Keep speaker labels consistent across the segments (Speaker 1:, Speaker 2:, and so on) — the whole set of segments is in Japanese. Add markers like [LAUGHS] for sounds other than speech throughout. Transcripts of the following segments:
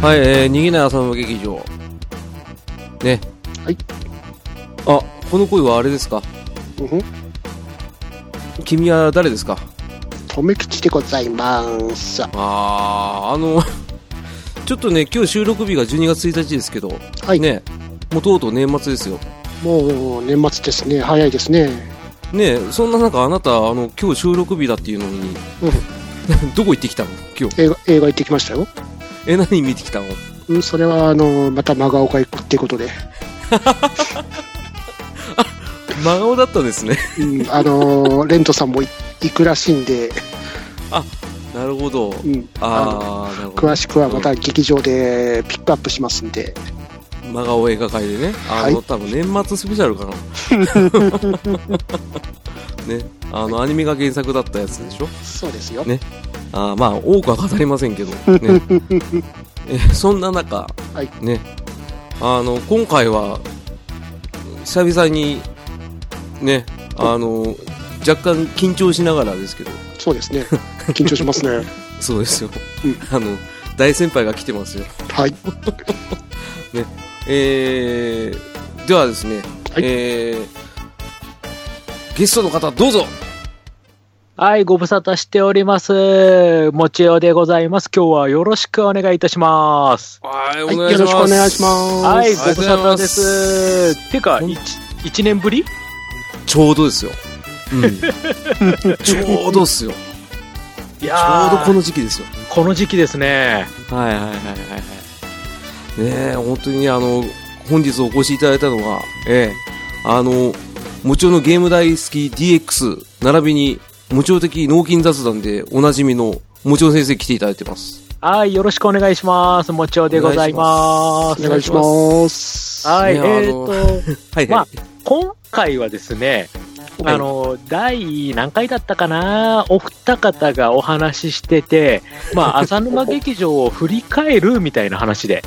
Speaker 1: はい、えー、逃げない朝の劇場。ね。
Speaker 2: はい。
Speaker 1: あ、この声はあれですか
Speaker 2: うんふん、
Speaker 1: 君は誰ですか
Speaker 2: とめきちでございます。は
Speaker 1: あー、あの、 [LAUGHS] ちょっとね、今日収録日が12月1日ですけど、
Speaker 2: い、
Speaker 1: ね、もうとうとう年末ですよ。
Speaker 2: もう年末ですね、早いですね。
Speaker 1: ねそんな中あなた、あの、今日収録日だっていうのに、 [LAUGHS] どこ行ってきたの今日。
Speaker 2: 映画映画行ってきましたよ。
Speaker 1: え、何見てきたの
Speaker 2: うん、それはあのまた真顔が行くってことで、
Speaker 1: 真顔だったですね。 [LAUGHS]
Speaker 2: うん、あ [LAUGHS] のレントさんもい行くらしいんで、
Speaker 1: なるほど。
Speaker 2: うん、
Speaker 1: あー、なるほど
Speaker 2: 詳。しくはまた劇場でピックアップしますんで、
Speaker 1: 真顔映画会でね、あの、
Speaker 2: は
Speaker 1: 多分年末スペシャルかな。
Speaker 2: [LAUGHS]
Speaker 1: ね、あの、アニメが原作だったやつでしょ
Speaker 2: そうですよ。
Speaker 1: ねあーまあ、多くは語りませんけど、ね、
Speaker 2: [LAUGHS]
Speaker 1: えそんな中、
Speaker 2: はい
Speaker 1: ね、あの、今回は、久々に、ね、あの、若干緊張しながらですけど、
Speaker 2: そうですね。緊張します [LAUGHS] ね。
Speaker 1: そうですよ。
Speaker 2: うん
Speaker 1: あの、大先輩が来てますよ。
Speaker 2: はい。
Speaker 1: えー、ではですね、
Speaker 2: はい
Speaker 1: えー、ゲストの方どうぞ
Speaker 3: はい、ご無沙汰しております。もちおでございます。今日はよろしくお願いいたします。
Speaker 1: はい、お
Speaker 2: はい、
Speaker 1: 願い
Speaker 2: よ
Speaker 1: し
Speaker 2: ろ
Speaker 1: ま
Speaker 2: し
Speaker 1: す。
Speaker 2: くお願いします。
Speaker 3: はい、
Speaker 1: ありがとうご
Speaker 3: ご無
Speaker 1: ざい
Speaker 3: 沙
Speaker 1: ま
Speaker 3: 汰
Speaker 1: す
Speaker 3: です。てか、
Speaker 1: ほん
Speaker 3: 一一年ぶり
Speaker 1: ちょうどですよ。うん。 [LAUGHS] ちょうどっすよ。ち
Speaker 3: い
Speaker 1: ょうどこ
Speaker 3: の
Speaker 1: の時期ですよ。
Speaker 3: この時期ですね。
Speaker 1: はいはいはいはいはい。ねえ、本当にね、あの、本日お越しいただいたのは、ええあの、もちろんのゲーム大好き DX、並びに、もちろん的脳筋雑談でおなじみの、もちろん先生来ていただいてます。
Speaker 3: はい、よろしくお願いします。もちおでございます。
Speaker 2: お願いします。
Speaker 3: はい、
Speaker 1: い
Speaker 3: え
Speaker 1: やあの
Speaker 3: ーと、
Speaker 1: はい
Speaker 3: まあ
Speaker 1: は
Speaker 3: [LAUGHS] 今回はですね、
Speaker 1: い。
Speaker 3: あの、第何回だったかなお二方がお話ししてて、まあ、浅沼劇場を振り返るみたいな話で。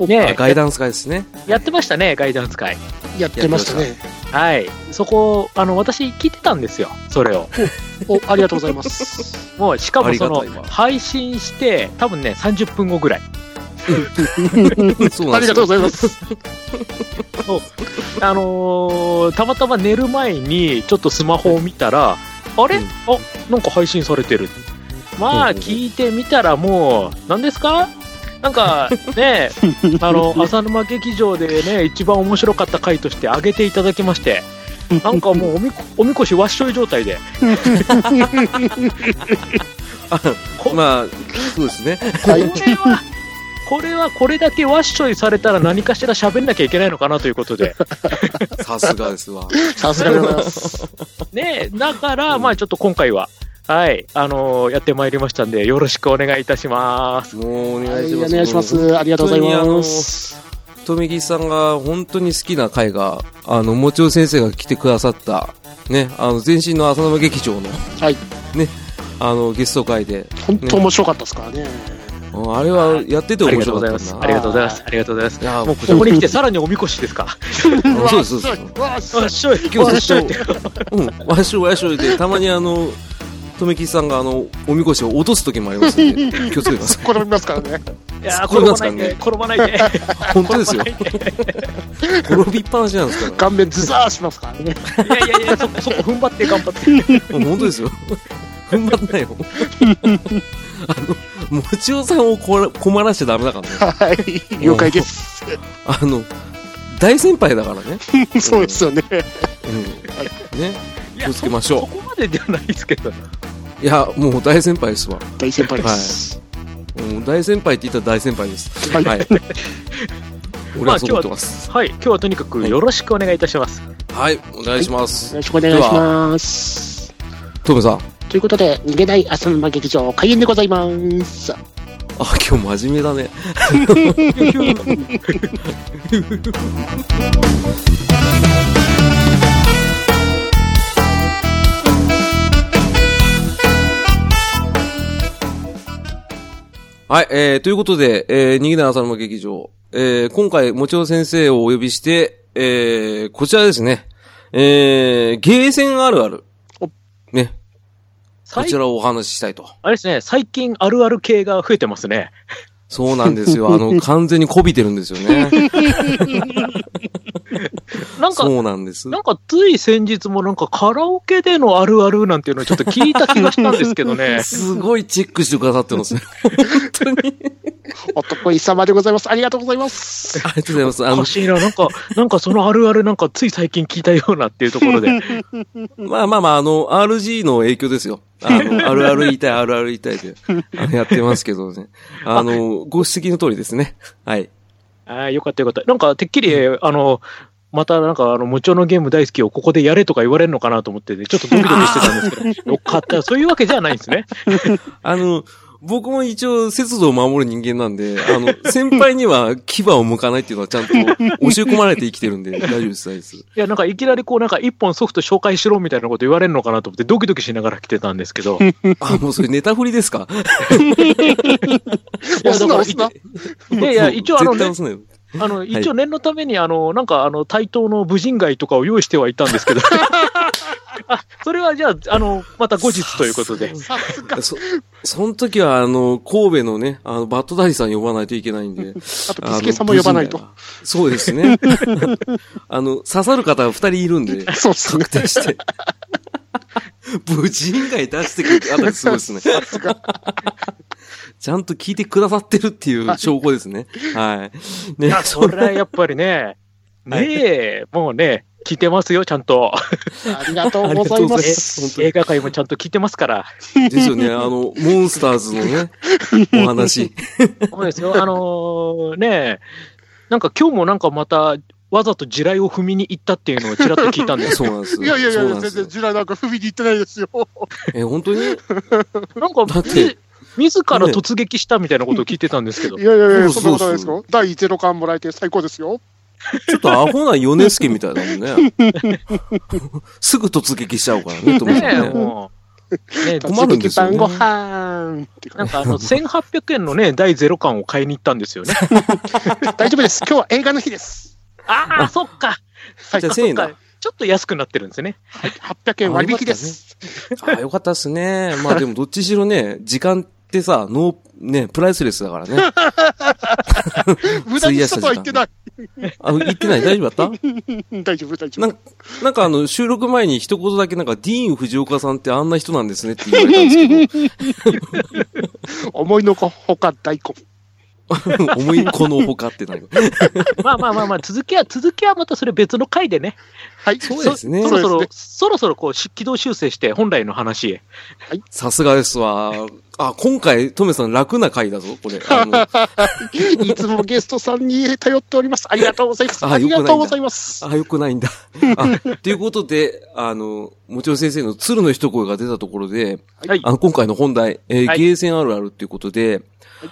Speaker 1: あ、
Speaker 3: ね
Speaker 1: ガイダンス会ですね。
Speaker 3: やってましたね、ガイダンス会。
Speaker 2: やってましたね。
Speaker 3: はい。そこ、あの、私聞いてたんですよ、それを。
Speaker 2: お、ありがとうござい [LAUGHS] ます。
Speaker 3: もう、しかもそ
Speaker 1: あ
Speaker 3: の
Speaker 1: りがたいわ、
Speaker 3: 配信して、多分ね、30分後ぐらい。
Speaker 1: そうな
Speaker 2: あ
Speaker 1: んです
Speaker 2: りがとう
Speaker 1: よ
Speaker 2: ご。ざいます。
Speaker 3: あのーたまたま寝る前に、ちょっとスマホを見たら、あれ、
Speaker 1: うん
Speaker 3: あ、なんか配信されてる。まあ、
Speaker 1: うんうんうん
Speaker 3: 聞いてみたらもう、何ですかなんか、ね、
Speaker 2: [LAUGHS]
Speaker 3: あの、浅沼劇場でね、一番面白かった回として挙げていただきまして、なんかもうおみこ、おみこしわっしょい状態で、こ
Speaker 1: まあ、そうですね。
Speaker 2: はい
Speaker 3: これは、これはこれだけわっしょいされたら何かしら喋んなきゃいけないのかなということで。
Speaker 1: さすがですわ。
Speaker 2: さすがでございます。
Speaker 3: ねだから、まあちょっと今回は、はい、あのーやってまいりましたんで、よろしくお願いいたします。
Speaker 1: もうお
Speaker 2: は
Speaker 1: 願い
Speaker 2: い、
Speaker 1: しま
Speaker 2: お
Speaker 1: す。
Speaker 2: 願いしま。す。ありがとうございます。
Speaker 1: とめぎさんが本当に好きな回が、あの、もちろん先生が来てくださった、ね、あの、前身の浅沼劇場の、
Speaker 2: はい。
Speaker 1: ね、あの、ゲスト会で、
Speaker 2: 本当面白かったですからね。
Speaker 1: うんあれはやってて
Speaker 3: あり
Speaker 1: 面
Speaker 3: がと
Speaker 1: 白か
Speaker 3: うござい
Speaker 1: っ
Speaker 3: ます。
Speaker 1: た
Speaker 3: あ
Speaker 1: な。
Speaker 3: りがとうございます。ありがとうございます。
Speaker 1: いや
Speaker 3: もうここに来てさらにおみこしですか。
Speaker 1: うんそうそうそう。
Speaker 2: うわすごい。
Speaker 3: しょい。
Speaker 1: 今
Speaker 2: わ
Speaker 1: 日
Speaker 2: っし
Speaker 1: 最
Speaker 2: ょい
Speaker 1: 初、うん、わっしょいわっしょいで、たまにあの、とめきさんがあの、おみこしを落とす時もありますんで、気をつけてください。
Speaker 2: これ見ますからね。
Speaker 3: いやー
Speaker 1: そう
Speaker 3: 転
Speaker 1: なんで
Speaker 3: ば
Speaker 1: すか
Speaker 3: ない
Speaker 1: ね
Speaker 3: で、転ばないで。
Speaker 1: [LAUGHS] 本当
Speaker 3: [LAUGHS]
Speaker 1: ですよ。転びっぱなしなんですから。
Speaker 2: 顔面ズザーしますからね。
Speaker 3: いやいやいや、そこ、そこ踏ん張って頑張って。
Speaker 1: もう本当ですよ。 [LAUGHS] 踏ん張んなよ。 [LAUGHS] あの、もちおさんをこら困らしちゃダメだからね。
Speaker 2: はい。了解です。
Speaker 1: あの、大先輩だからね。
Speaker 2: そうですよね。
Speaker 1: うん。ね。
Speaker 3: い
Speaker 1: 気
Speaker 3: や
Speaker 1: をつけましょう
Speaker 3: そそこまでじゃないですけど。
Speaker 1: いや、もう大先輩ですわ。
Speaker 2: 大先輩です。
Speaker 1: うん大先輩って言ったら大先輩です。
Speaker 2: はい
Speaker 3: [LAUGHS]
Speaker 1: はい。俺
Speaker 3: まあ
Speaker 1: はそう思ってます。
Speaker 3: はい、今日はとにかくよろしくお願いいたします。
Speaker 1: はい、お願いしま
Speaker 2: よ
Speaker 1: す。
Speaker 2: ろしくお願いします。
Speaker 1: トムさん。
Speaker 2: ということで、逃げない浅沼劇場開演でございます。
Speaker 1: あ、今日真面目だね。はい、えー、ということで、えー、逃げない朝の劇場、えー、今回、もちろん先生をお呼びして、えー、こちらですね、えー、ゲーセンあるある
Speaker 2: お。
Speaker 1: ね、こ
Speaker 3: 最
Speaker 1: ちらをお話ししたいと。
Speaker 3: あれですね、最近あるある系が増えてますね。
Speaker 1: そうなんですよ。あの、完全にこびてるんですよね。
Speaker 3: なんか、
Speaker 1: そうなんです。。
Speaker 3: なんかつい先日もなんかカラオケでのあるあるなんていうのをちょっと聞いた気がしたんですけどね
Speaker 1: すごいチェックしてくださって
Speaker 3: [LAUGHS]
Speaker 1: ますね。
Speaker 2: お得意様でございます。ありがとうございます。
Speaker 1: ありがとうございます。あ
Speaker 3: お
Speaker 1: の
Speaker 3: か、しいな、なんか、なんかそのあるあるなんかつい最近聞いたようなっていうところで。
Speaker 1: [LAUGHS] まあまあまあ、あの、RG の影響ですよ。あ
Speaker 3: [LAUGHS]
Speaker 1: の、あるある言いたい、あるある言いたいで、あのやってますけどね。あの、ご指摘の通りですね。はい。
Speaker 3: ああ、よかったよかった。なんか、てっきり、あの、またなんか、あの、無調のゲーム大好きをここでやれとか言われるのかなと思ってね、ちょっとドキドキしてたんですけ
Speaker 1: [LAUGHS]
Speaker 3: ど、よかった。そういうわけじゃないんですね。
Speaker 1: あの、僕も一応、節度を守る人間なんで、あ
Speaker 3: [LAUGHS]
Speaker 1: の、先輩には牙を向かないっていうのはちゃんと教え込まれて生きてるんで、大丈夫です、大丈夫です。
Speaker 3: いや、なんか、いきなりこう、なんか、一本ソフト紹介しろみたいなこと言われるのかなと思って、ドキドキしながら来てたんです
Speaker 1: [LAUGHS]
Speaker 3: けど、い
Speaker 1: あ、もうそれネタ振りですか
Speaker 3: や
Speaker 2: 押すな、押すな。
Speaker 3: やいや、一応あの
Speaker 1: 絶対
Speaker 3: ね
Speaker 1: 押、すなよ。
Speaker 3: あの、一応念のために、あの、なんか、あの、対等の無人街とかを用意してはいたんです
Speaker 1: [LAUGHS]
Speaker 3: けど、あ、それはじゃあ、あの、また後日ということで。
Speaker 2: さすが。
Speaker 1: そ、その時は、あの、神戸のね、あの、バットダディさん呼ばないといけないん
Speaker 2: [LAUGHS]
Speaker 1: で。
Speaker 2: あと、ピスケさんも呼ばないと
Speaker 1: あ。の。そうですね。 [LAUGHS] あの、刺さる方が二人いるんで、
Speaker 2: そうっすね。
Speaker 1: 確定して。無人街出してくるあたりすごいですね。
Speaker 2: さすが。
Speaker 1: ちゃんと聞いてくださってるっていう証拠ですね。はい。
Speaker 3: い
Speaker 1: ね
Speaker 3: や、、それはやっぱりね、ねえ、もうね、聞いてますよ、ちゃんと。
Speaker 2: ありがとうござい
Speaker 1: ありがとうご
Speaker 2: ま。
Speaker 1: ざいますす
Speaker 3: [LAUGHS] 映画界もちゃんと聞いてますから。
Speaker 1: ですよね。あの、モンスターズのね、お
Speaker 2: [LAUGHS]
Speaker 1: 話。
Speaker 3: そうです [LAUGHS] よ。あのーねえ、なんか今日もなんかまた、わざと地雷を踏みに行ったっていうのをちらっと聞いたん
Speaker 1: [LAUGHS]
Speaker 3: です
Speaker 1: そうなんです。
Speaker 2: いやいやいや、
Speaker 1: そうなん
Speaker 2: 全
Speaker 1: ですよ
Speaker 2: 然、ジュラなんか踏みに行ってないですよ。
Speaker 1: え、本当に
Speaker 3: なんか、
Speaker 1: だって
Speaker 3: み自ら突撃したみたいなことを聞いてたんですけど
Speaker 2: い、やいやいや、
Speaker 1: そ
Speaker 2: そ
Speaker 1: うん
Speaker 2: な
Speaker 1: そうそう
Speaker 2: ことないですよ。第1の巻もらえて最高ですよ。
Speaker 1: ちょっとアホなヨネスケみたいだもんね。すぐ突撃しちゃうからね、と思っ
Speaker 3: ね
Speaker 1: て
Speaker 3: え、
Speaker 1: ね。
Speaker 3: もう。ねえ
Speaker 1: 困るんですよね
Speaker 2: 突撃晩ご飯っていうか
Speaker 3: なんかあの、1800円のね、第0巻を買いに行ったんですよね。
Speaker 2: 大丈夫です。今日は映画の日です。
Speaker 3: ああ、そっか。
Speaker 2: はい
Speaker 1: じゃあ、
Speaker 3: そ
Speaker 1: 1000
Speaker 3: っ
Speaker 1: 円だ
Speaker 3: か。。ちょっと安くなってるんですね。
Speaker 2: 800円割引です。
Speaker 1: ああ、よかったっすね。まあでもどっちしろね、時間ってさ、ノー、ね、プライスレスだからね。
Speaker 2: 無駄にしたとは言ってない。
Speaker 1: あ、言ってない大丈夫だった
Speaker 2: うん大丈夫、大丈
Speaker 1: なんか、なんかあの、収録前に一言だけなんか、ディーン・藤岡さんってあんな人なんですねって言われたんです
Speaker 2: 夫。思いのほか大根。
Speaker 1: けど、思いこのほかってなる。
Speaker 3: まあまあまあまあ、続きは、続きはまたそれ別の回でね。
Speaker 2: はい、
Speaker 1: そうですね
Speaker 3: そ
Speaker 2: そ
Speaker 3: ろ
Speaker 2: ろ
Speaker 3: そ
Speaker 2: そ
Speaker 3: ろ
Speaker 2: ろ、、
Speaker 3: そろそろこう、軌道修正して、本来の話へ。
Speaker 1: さすがですわ。あ、今回、トメさん楽な回だぞ、これ。あの、
Speaker 2: いつもゲストさんに頼っております。ありがとうございます。
Speaker 1: あ
Speaker 2: ありがとうございます。
Speaker 1: あ、よくないんだ。あ、ということで、あの、もちろん先生の鶴の一声が出たところで、
Speaker 3: はい
Speaker 1: あの、今回の本題、えー
Speaker 3: はい
Speaker 1: ゲーセンあるあるっていうことで、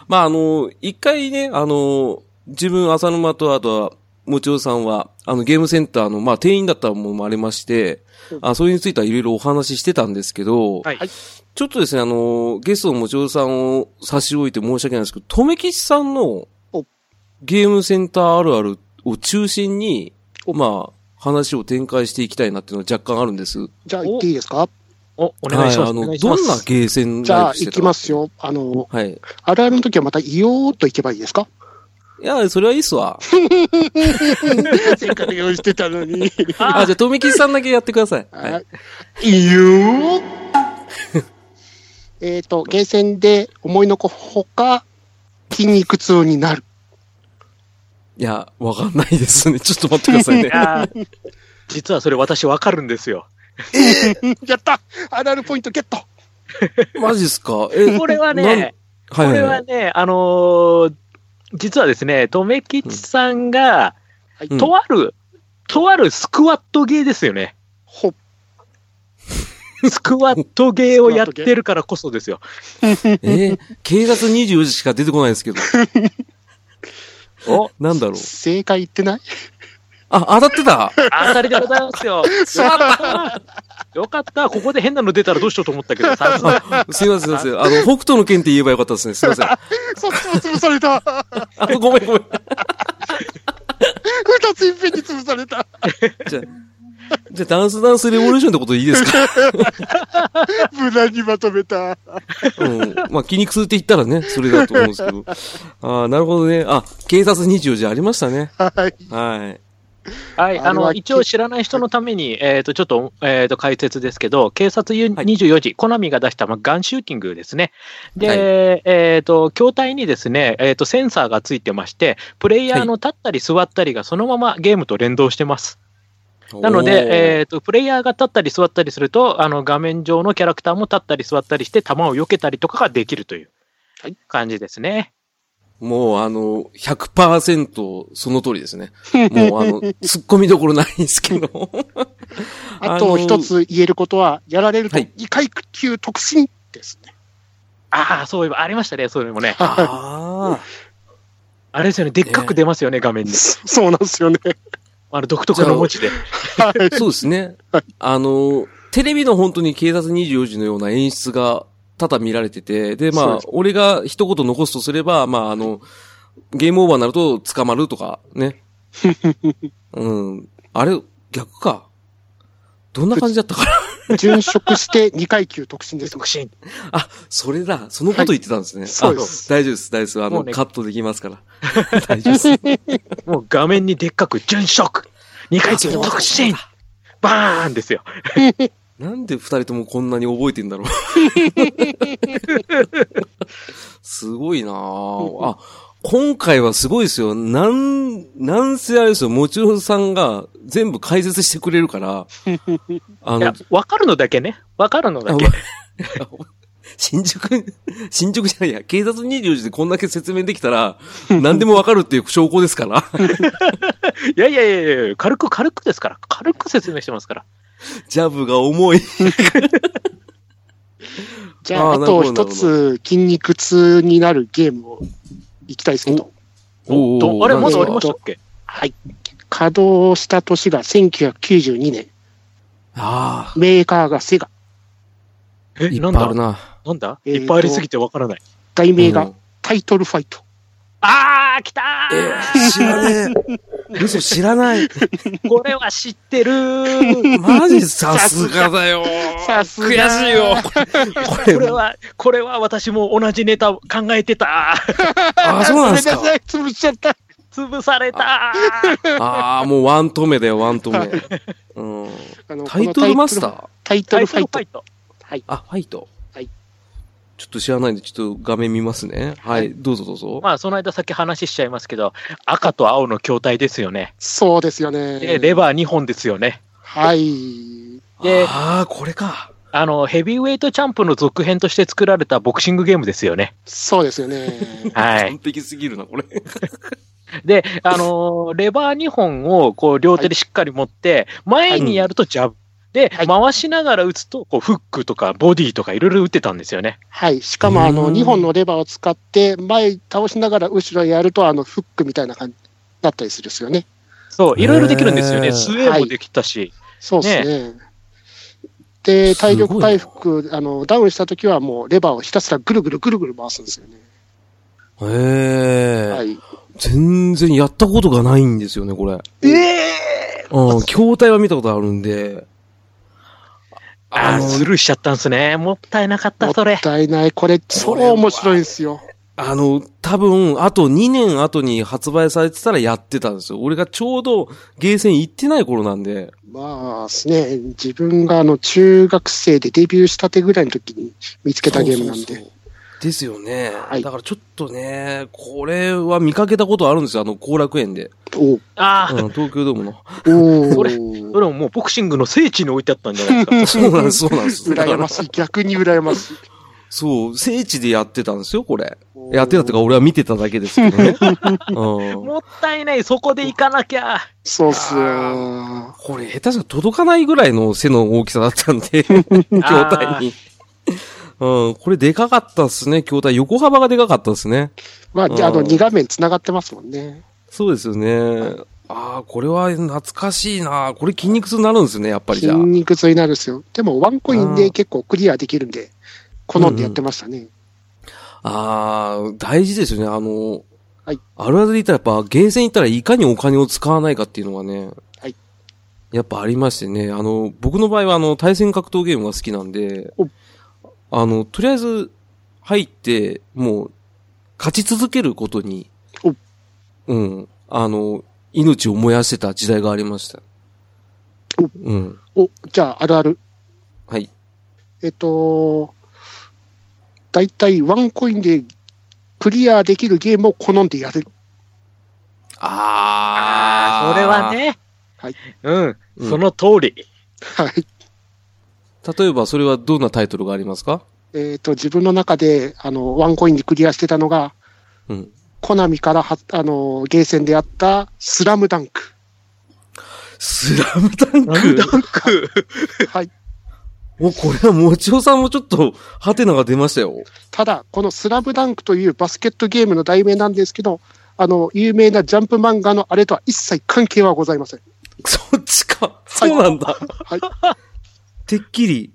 Speaker 1: まあ、あの、一回ね、あの、自分、浅沼と、あとは、もちろさんは、あの、ゲームセンターの、まあ、店員だったものもありまして、あ、それについてはいろいろお話ししてたんですけど、
Speaker 3: はい
Speaker 2: はい
Speaker 1: ちょっとですね、あの、ゲストのもちろさんを差し置いて申し訳ないんですけど、とめきちさんの
Speaker 2: お、
Speaker 1: ゲームセンターあるあるを中心に、まあ、話を展開していきたいなっていうのは若干あるんです。
Speaker 2: じゃあ、行っていいですか
Speaker 3: お、お願いします。
Speaker 1: あ
Speaker 3: お
Speaker 1: の、
Speaker 3: 願いしま
Speaker 1: どんな
Speaker 3: す
Speaker 1: ゲーセン
Speaker 2: じ
Speaker 1: ラ
Speaker 2: ゃ
Speaker 1: イ
Speaker 2: あ、
Speaker 1: ブして
Speaker 2: 行
Speaker 1: た
Speaker 2: きますよ。あの、
Speaker 1: はい。
Speaker 2: あるあるの時はまた、いよーっと行けばいいですか
Speaker 1: いや、それはいいっすわ。
Speaker 2: [LAUGHS] せっかく用意してたのに。
Speaker 1: あじゃあ、とめきちさんだけやってください。はい。
Speaker 2: い、いよえっと、ゲーセンで思いのほか、筋肉痛になる。
Speaker 1: いや、わかんないですね。ちょっと待ってくださいね
Speaker 3: [LAUGHS] い。やー実はそれ私わかるんですよ。
Speaker 2: やったあるあるポイントゲット
Speaker 1: マジっすかえ、
Speaker 3: これはね、
Speaker 1: はい
Speaker 3: こ
Speaker 1: は
Speaker 3: れ
Speaker 1: い
Speaker 3: は
Speaker 1: はい。
Speaker 3: ね、あのー実はですね、とめきちさんが、
Speaker 2: はい
Speaker 1: うん
Speaker 3: とある、とあるスクワットゲーですよね。
Speaker 2: ほっ。
Speaker 3: スクワットゲーをやってるからこ
Speaker 1: [LAUGHS]
Speaker 3: そですよ。
Speaker 1: えー警察24時しか出てこないですけど。
Speaker 3: お、
Speaker 1: なんだろう。
Speaker 2: 正解言ってない
Speaker 1: あ、当たってた
Speaker 3: 当たりでございますよ。よかった。よかった。ここで変なの出たらどうしようと思ったけど、さすが。
Speaker 1: あすいません、すいません。あの、北斗の剣って言えばよかったですね。すいません。あ、
Speaker 2: [LAUGHS] そっちも潰された
Speaker 1: ごめんごめん。
Speaker 2: 二ついっぺんに潰された
Speaker 1: じゃあじゃあ、ダンスダンスレボリューションってことでいいですか
Speaker 2: 無難にまとめた。
Speaker 1: うん。まあ、筋肉痛って言ったらね、それだと思うんですけど。ああ、なるほどね。あ、警察24時ありましたね。
Speaker 2: はい。
Speaker 1: はい。
Speaker 3: はい、あ
Speaker 2: あれ
Speaker 3: の
Speaker 2: は
Speaker 3: 一応知らない人のために、えー、とちょっと,、えー、と解説ですけど、警察ゆ
Speaker 1: はい
Speaker 3: 24時、コナミが出した、まあ、ガンシューティングですね、で、
Speaker 1: はい
Speaker 3: えー、と筐体にですね、えー、とセンサーがついてまして、プレイヤーの立ったり座ったりがそのままゲームと連動してます。なの
Speaker 1: おー
Speaker 3: で、えー、とプレイヤーが立ったり座ったりすると、あの画面上のキャラクターも立ったり座ったりして、弾を避けたりとかができるという
Speaker 2: はい
Speaker 3: 感じですね。
Speaker 1: もう、あの、100%その通りですね。もう、
Speaker 2: [LAUGHS]
Speaker 1: あの、突っ込みどころないんですけど。
Speaker 2: あと一つ言えることは、やられると
Speaker 1: はい
Speaker 2: 2階級特進ですね。
Speaker 3: ああ、そういえばありましたね、そういうのもね。
Speaker 1: あの。ああ。
Speaker 3: あれですよね、でっかく出ますよね、画面に。
Speaker 2: そうなんですよね。
Speaker 3: あの独特の文字で。
Speaker 2: は
Speaker 1: [LAUGHS]
Speaker 2: い。
Speaker 1: そうですね。あの、テレビの本当に警察24時のような演出が多々見られてて、で、
Speaker 2: そう
Speaker 1: まあ
Speaker 2: で、す
Speaker 1: 俺が一言残すとすれば、まあ、あの、ゲームオーバーになると捕まるとか、ね。
Speaker 2: [LAUGHS]
Speaker 1: うん。あれ、逆か。どんな感じだったかな
Speaker 2: [LAUGHS] 殉職して2階級特進です。
Speaker 3: 独身。
Speaker 1: あ、それだ。そのこと言ってたんですね。
Speaker 2: そうです。
Speaker 1: あ大丈夫です、大丈夫です。あ
Speaker 3: も
Speaker 1: の、
Speaker 3: うね
Speaker 1: カットできますから。 [LAUGHS] 大丈夫
Speaker 2: [LAUGHS]
Speaker 1: です。
Speaker 3: もう画面にでっかく、殉職 !2 回中特進バーンですよ。
Speaker 1: なんで二人ともこんなに覚えてんだろう。すごいなぁ。あ、今回はすごいですよ。なん、なんせあれですよ、もちろんさんが全部解説してくれるから、あ
Speaker 3: いや
Speaker 1: の、、
Speaker 3: わかるのだけね。わかるのだけ
Speaker 1: あ。新宿、新宿じゃないや、警察24時でこんだけ説明できたら、 [LAUGHS] 何でもわかるっていう証拠ですから。
Speaker 3: いやいやいやいや、軽く軽くですから。軽く説明してますから。
Speaker 1: ジャブが重い。
Speaker 2: じゃあ、
Speaker 1: あ
Speaker 2: あ
Speaker 1: ーなるほ
Speaker 2: と
Speaker 1: ど
Speaker 2: 一つ筋肉痛になるゲームをいきたいですけど。
Speaker 1: おー
Speaker 3: とあれ、まだありましたっけ
Speaker 2: はい。稼働した年が1992年。
Speaker 1: ああ、
Speaker 2: メーカーがセガ。
Speaker 3: え、
Speaker 1: いっぱ
Speaker 3: なん
Speaker 1: いあ
Speaker 3: だ
Speaker 1: るな。
Speaker 3: なんだ
Speaker 2: えーと
Speaker 3: いっぱいありすぎてわからない。
Speaker 2: 題名
Speaker 1: う
Speaker 2: が
Speaker 1: ん
Speaker 2: タイトルファイト。
Speaker 3: あー、来た
Speaker 1: えー知らねえ。嘘知らない。
Speaker 3: ーこれは知って
Speaker 1: [LAUGHS]
Speaker 3: るー
Speaker 1: マジさすがだよ。
Speaker 2: さすが
Speaker 1: 悔しいよ。これ、
Speaker 3: こ
Speaker 1: こ
Speaker 3: れ
Speaker 1: れ
Speaker 3: は、これは私も同じネタ考えてたー
Speaker 1: あ、そうなんですか
Speaker 2: [LAUGHS] ごめんな。さい、潰しちゃった。
Speaker 3: 潰されたー
Speaker 1: ああ、もうワント目だよ、ワント目。うん、
Speaker 2: あの
Speaker 1: タイトルマスタ
Speaker 2: この
Speaker 1: ー
Speaker 2: タイト
Speaker 3: タ
Speaker 2: ル
Speaker 3: イ
Speaker 2: フ
Speaker 3: ト
Speaker 2: ァ
Speaker 3: ル
Speaker 2: イ
Speaker 3: ファ
Speaker 2: ト
Speaker 3: イ。ト。
Speaker 2: はい。
Speaker 1: あ、ファイト。
Speaker 2: はい。
Speaker 1: ちょっと知らないんで、ちょっと画面見ますね。は
Speaker 2: はい
Speaker 1: い、どうぞどうぞ。
Speaker 3: まあ、その間さっき話しちゃいますけど、赤と青の筐体ですよね。
Speaker 2: そうですよね。
Speaker 3: で、レバー2本ですよね。
Speaker 2: はい。
Speaker 3: で
Speaker 1: ああ、これか。
Speaker 3: あの、ヘビーウェイトチャンプの続編として作られたボクシングゲームですよね。
Speaker 2: そうですよね。
Speaker 3: は
Speaker 1: 完
Speaker 3: い。
Speaker 1: 璧すぎるな、これ。
Speaker 3: で、あのーレバー2本をこう両手でしっかり持って、前にやるとジャブ。で、
Speaker 2: はい
Speaker 3: 回しながら打つと、こう、フックとかボディとかいろいろ打ってたんですよね。
Speaker 2: はい。しかも、あ
Speaker 1: う
Speaker 2: の、
Speaker 1: ん
Speaker 2: 2本のレバーを使って、前倒しながら後ろやると、あの、フックみたいな感じだったりするんですよね。
Speaker 3: そう、いろいろできるんですよ
Speaker 1: へ
Speaker 3: ね。
Speaker 1: ー
Speaker 3: スウェーもできたし。
Speaker 2: そうですね。で、体
Speaker 1: すご
Speaker 2: 力
Speaker 1: いな
Speaker 2: 回復、あの、ダウンした時はもうレバーをひたすらぐるぐるぐるぐる回すんですよね。
Speaker 1: へ
Speaker 2: は
Speaker 1: え。
Speaker 2: い。
Speaker 1: 全然やったことがないんですよね、これ。
Speaker 2: え
Speaker 1: うん、筐体は見たことあるんで。
Speaker 3: あ
Speaker 1: あ
Speaker 3: あ、
Speaker 1: の
Speaker 3: スルーしちゃったんですね。もったいなかっ
Speaker 2: も
Speaker 3: た、
Speaker 2: っ
Speaker 3: それ。
Speaker 2: たいない。これ、超面白いんですよ。
Speaker 1: あの、多分、あと2年後に発売されてたらやってたんですよ。俺がちょうどゲーセン行ってない頃なんで。
Speaker 2: まあですね、自分があの中学生でデビューしたてぐらいの時に見つけたゲームなん
Speaker 1: そうそう
Speaker 2: で
Speaker 1: そ。うですよね。
Speaker 2: はい
Speaker 1: だからちょっとね、これは見かけたことあるんですよ。あの、後楽園で。
Speaker 2: おう
Speaker 3: あ
Speaker 1: う
Speaker 3: あ、
Speaker 1: ん、東京ドーム
Speaker 2: [LAUGHS]
Speaker 1: の。
Speaker 2: お
Speaker 3: そうそれももうボクシングの聖地に置いてあったんじゃないですか。
Speaker 1: そうなんです、そうなんです。だか
Speaker 2: 羨ま
Speaker 1: ら、
Speaker 2: しい。逆に羨ましい。
Speaker 1: そう、聖地でやってたんですよ、これ。
Speaker 2: お
Speaker 1: [LAUGHS]
Speaker 2: ー
Speaker 1: やってたってか、俺は見てただけですけど
Speaker 2: [LAUGHS]
Speaker 1: ね。うん。
Speaker 3: もったいない、そこで行かなきゃ。
Speaker 2: そうっすよ。
Speaker 1: これ下手したら届かないぐらいの背の大きさだったんで、 [LAUGHS] 筐体に。うん、これでかかったっすね、筐体。横幅がでかかったっすね。
Speaker 2: まあ、であの、
Speaker 1: うん
Speaker 2: 2画面繋がってますもんね。
Speaker 1: そうですよね。ああ、これは懐かしいな。これ筋肉痛になるんですね、やっぱりじ
Speaker 2: 筋
Speaker 1: ゃあ。
Speaker 2: 肉痛になるんですよ。でも、ワンコイン
Speaker 1: う
Speaker 2: で
Speaker 1: ん
Speaker 2: 結構クリアできるんで、好んでやってましたね。
Speaker 1: ああ、大事ですよね、あの、
Speaker 2: はい
Speaker 1: あるあるで言ったらやっぱ、ゲーセン行ったらいかにお金を使わないかっていうのがね、
Speaker 2: はい
Speaker 1: やっぱありましてね、あの、僕の場合はあの、対戦格闘ゲームが好きなんで
Speaker 2: お、
Speaker 1: あの、とりあえず入って、もう、勝ち続けることに
Speaker 2: お、
Speaker 1: うん、あの、命を燃やしてた時代がありました。うん。
Speaker 2: お、じゃあ、あるある。
Speaker 1: はい。
Speaker 2: えっと、だいたいワンコインでクリアできるゲームを好んでやる。 [LAUGHS]
Speaker 1: あ
Speaker 3: それは。ね。
Speaker 2: はい。
Speaker 3: うん。
Speaker 1: うん
Speaker 3: その通り。
Speaker 2: はい。
Speaker 1: 例えば、それはどんなタイトルがありますか
Speaker 2: えっと、自分の中で、あの、ワンコインでクリアしてたのが、
Speaker 1: うん。
Speaker 2: コナミからは、あの、ゲーセンであった、スラムダンク。 [LAUGHS]
Speaker 1: スラムダン
Speaker 3: なん
Speaker 1: ク
Speaker 3: だく
Speaker 2: はい。
Speaker 1: お、これはもちおさんもちょっと、ハテナが出ましたよ。
Speaker 2: ただ、このスラムダンクというバスケットゲームの題名なんですけど、あの、有名なジャンプ漫画のあれとは一切関係はございません。
Speaker 1: [LAUGHS] そっちか。そうなんだ。
Speaker 2: はい。
Speaker 1: てっきり。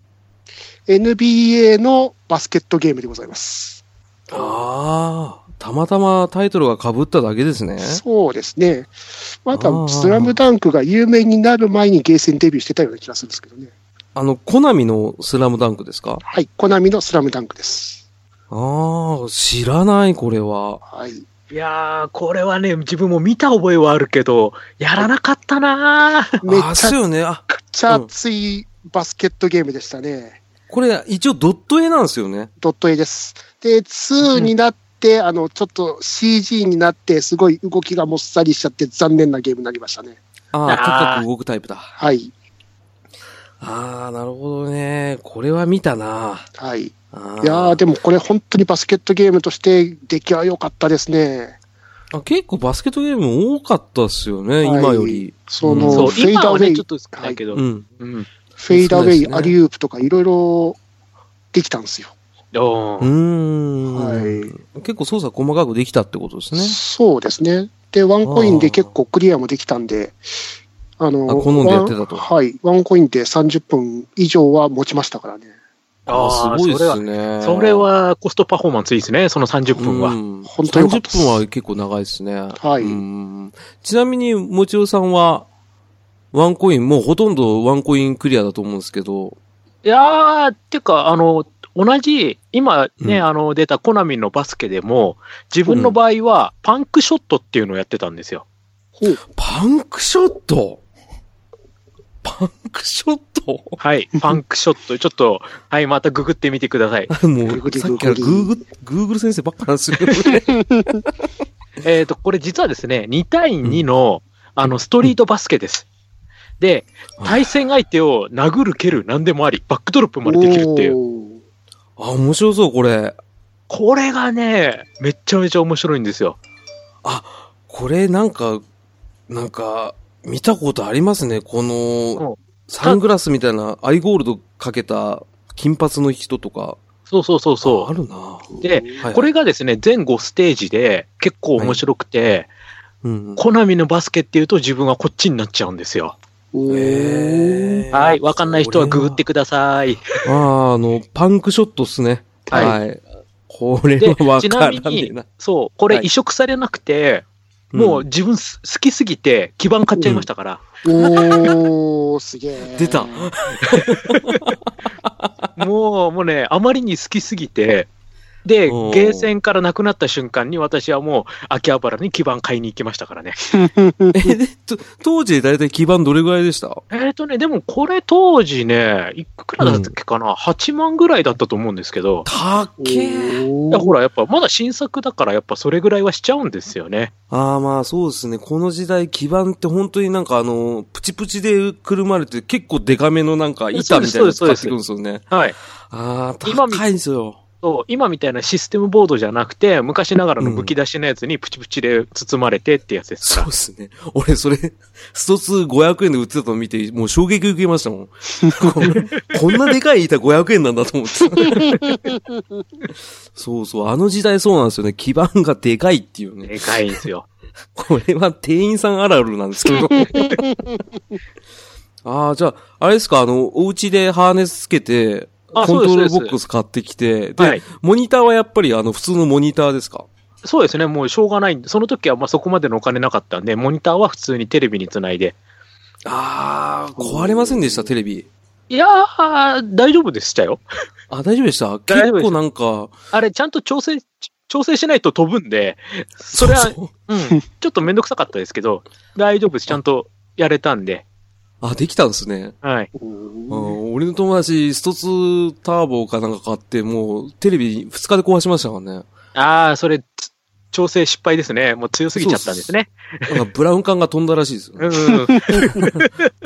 Speaker 2: NBA のバスケットゲームでございます。
Speaker 1: ああ、たまたまタイトルが被っただけですね。
Speaker 2: そうですね。ま
Speaker 1: あー
Speaker 2: た、スラムダンクが有名になる前にゲーセンデビューしてたような気がするんですけどね。
Speaker 1: あの、コナミのスラムダンクですか
Speaker 2: はい。コナミのスラムダンクです。
Speaker 1: ああ、知らない、これは。
Speaker 2: はい。
Speaker 3: いやー、これはね、自分も見た覚えはあるけど、やらなかったなー。
Speaker 2: め
Speaker 1: あ、
Speaker 2: ち
Speaker 1: そう
Speaker 2: ゃ
Speaker 1: よね。あ、
Speaker 2: くちゃ熱いバスケットゲームでしたね。
Speaker 1: これ、一応ドット絵なんですよね。
Speaker 2: ドット絵です。で、2になって、あの、ちょっと CG になって、すごい動きがもっさりしちゃって残念なゲームになりましたね。
Speaker 1: ああ、
Speaker 3: あー
Speaker 1: 高く動くタイプだ。
Speaker 2: はい。
Speaker 1: ああ、なるほどね。これは見たな。
Speaker 2: はい。い
Speaker 1: あ
Speaker 2: やー、
Speaker 1: で
Speaker 2: でもこれ本当にバスケットゲームとして出来は良かったですね。
Speaker 1: あ結構バスケットゲーム多かったっすよね、
Speaker 2: はい
Speaker 1: 今より。
Speaker 2: そ
Speaker 1: うん
Speaker 2: の、
Speaker 3: そう、
Speaker 2: フェイ
Speaker 3: 今
Speaker 2: ダーウ
Speaker 3: は
Speaker 2: ェ
Speaker 3: ね、
Speaker 2: イ、
Speaker 3: ちょっと少ないけど。
Speaker 1: うん。
Speaker 3: うん。
Speaker 2: フェイダーウェ
Speaker 1: そう
Speaker 2: イ、
Speaker 1: ですね
Speaker 2: アリウープとかいろいろできたんですよ。
Speaker 3: お
Speaker 1: うー
Speaker 3: ー
Speaker 1: ん、
Speaker 2: は
Speaker 1: 結構操作細かくできたってことですね。
Speaker 2: そうですね。で、ワンコインで結構クリアもできたんで、あの、
Speaker 1: あ好んでやってたと
Speaker 2: ワンはい。ワンコインで30分以上は持ちましたからね。
Speaker 3: あー
Speaker 1: すごいで
Speaker 3: それは
Speaker 1: すね。
Speaker 3: それはコストパフォーマンスいいですね、その30分は。
Speaker 1: うん
Speaker 2: 本当に良かった
Speaker 1: 30
Speaker 2: です
Speaker 1: 分は結構長いですね。
Speaker 2: はい
Speaker 1: うんちなみに、もちおさんは、ワンコイン、もうほとんどワンコインクリアだと思うんですけど、
Speaker 3: いやー、っていうか、あの、同じ、今ね、
Speaker 1: うん
Speaker 3: あの、出たコナミのバスケでも、自分の場合は、パンクショットっていうのをやってたんですよ。
Speaker 2: ほう。
Speaker 1: パンクショットパンクショッ [LAUGHS] ト
Speaker 3: はい、パンクショット。ちょっと、はい、またググってみてください。
Speaker 1: も
Speaker 2: ググ [LAUGHS]
Speaker 1: う、
Speaker 2: リ
Speaker 1: さっきから
Speaker 2: グ
Speaker 1: グ
Speaker 2: グリ
Speaker 1: ーグル、グーグル先生ばっかなんですよね。
Speaker 3: えっと、これ実はですね、2対2の、あの、ストリートバスケです。で、対戦相手を殴る、蹴る、何でもあり、バックドロップまでできるっていう。
Speaker 2: う。
Speaker 1: [LAUGHS] あ、面白そう、これ。
Speaker 3: これがね、めっちゃめちゃ面白いんですよ。
Speaker 1: これなんか、なんか、見たことありますね。こ
Speaker 3: うん
Speaker 1: の、サングラスみたいな、アイゴールドかけた金髪の人とか、
Speaker 3: そうそうそうそう。
Speaker 1: あるな。
Speaker 3: で
Speaker 1: はい
Speaker 3: これがですね、全5ステージで結構面白くて、
Speaker 1: うんうん、
Speaker 3: コナミのバスケっていうと自分はこっちになっちゃうんですよ。
Speaker 1: え
Speaker 2: え
Speaker 1: ー
Speaker 3: はい、わかんない人はググってください。
Speaker 1: ああ、あの、パンクショットっすね。
Speaker 3: はい
Speaker 1: はい。これはわからんねえな。
Speaker 3: そう、これ
Speaker 1: はい
Speaker 3: 移植されなくて、もう自分す好きすぎて基盤買っちゃいましたから、
Speaker 2: [LAUGHS] おー、すげえ。
Speaker 1: [LAUGHS] 出た
Speaker 3: もう、もうね、あまりに好きすぎて、で、
Speaker 1: おー
Speaker 3: ゲーセンからなくなった瞬間に私はもう秋葉原に基盤買いに行きましたからね。
Speaker 1: うん、えでと当時だいたい基盤どれぐらいでした
Speaker 3: えっ、とね、でもこれ当時ね、いくらだったっけかな、8万ぐらいだったと思うんですけど、
Speaker 1: たっけー
Speaker 3: いやほら、やっぱまだ新作だから、やっぱそれぐらいはしちゃうんですよね。
Speaker 1: ああ、まあそうですね。この時代、基盤って本当になんかあの、プチプチでくるまれて結構デカめのなんか板みたいなの使
Speaker 3: そうで
Speaker 1: って
Speaker 3: す
Speaker 1: くるんですよね。
Speaker 3: はい。
Speaker 1: ああ、
Speaker 3: 今み
Speaker 1: 高いんですよ。
Speaker 3: そう今みたいなシステムボードじゃなくて、昔ながらのむき出しのやつにプチプチで包まれてってやつです
Speaker 1: そ
Speaker 3: か
Speaker 1: う
Speaker 3: ら。
Speaker 1: ですね。俺、それ、ストツ500円で売ってたのを見て、もう衝撃受けましたもん。ここんなでかい板500円なんだと思って。そうそう、あの時代そうなんですよね。基盤がでかいっていうね。
Speaker 3: でかいんですよ。
Speaker 1: これは店員さんあるあるなんですけど。
Speaker 3: [LAUGHS]
Speaker 1: ああ、じゃあ、あれですか、あの、お家でハーネスつけて、コン
Speaker 3: あ
Speaker 1: トロールボ
Speaker 3: そうですそう
Speaker 1: ッ
Speaker 3: です
Speaker 1: クス買ってきて、で、
Speaker 3: はい。
Speaker 1: モニターはやっぱりあの、普通のモニターですか
Speaker 3: そうですね、もうしょうがないんで、その時はまあそこまでのお金なかったんで、モニターは普通にテレビにつないで、
Speaker 1: あー、壊れませんでした、テレビ。
Speaker 3: いやー、大丈夫でしたよ。
Speaker 1: あ、大丈夫でした
Speaker 3: 大丈夫
Speaker 1: 結
Speaker 3: でした
Speaker 1: 構なんか、
Speaker 3: あれ、ちゃんと調整、調整しないと飛ぶんで、それは、
Speaker 1: うう
Speaker 3: うん、ちょっとめんどくさかったですけど、大丈夫です。ちゃんとやれたんで。
Speaker 1: あ、できたんですね。
Speaker 3: はい。
Speaker 1: う
Speaker 2: うん
Speaker 1: ん、俺の友達、ストツーターボかなんか買って、もう、テレビ2日で壊しましたからね。
Speaker 3: あー、それ、つ調整失敗ですね。もう強すぎちゃったんですね。
Speaker 1: なんかブラウン管が飛んだらしいですよ、ね。
Speaker 3: うんうんうん。
Speaker 1: プ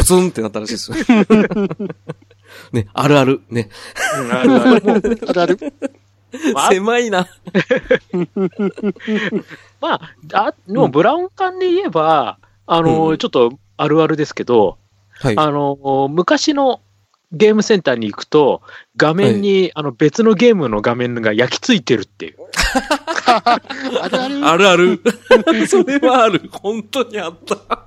Speaker 1: ツンってなったらしいですよ。
Speaker 3: [LAUGHS]
Speaker 1: ね、あるある。ね。
Speaker 3: あるあるもう
Speaker 2: あるある。
Speaker 1: [LAUGHS]
Speaker 3: まあ
Speaker 1: 狭いな。
Speaker 3: まあ、あでもブラウン管で言えば、あの、
Speaker 1: うん
Speaker 3: ちょっとあるあるですけど、
Speaker 1: はい。
Speaker 3: あの、昔のゲームセンターに行くと、画面に、あの別のゲームの画面が焼き付いてるっていう。
Speaker 2: あるある。
Speaker 1: あるある。 [LAUGHS] それはあ [LAUGHS] る。本当にあった。
Speaker 3: こ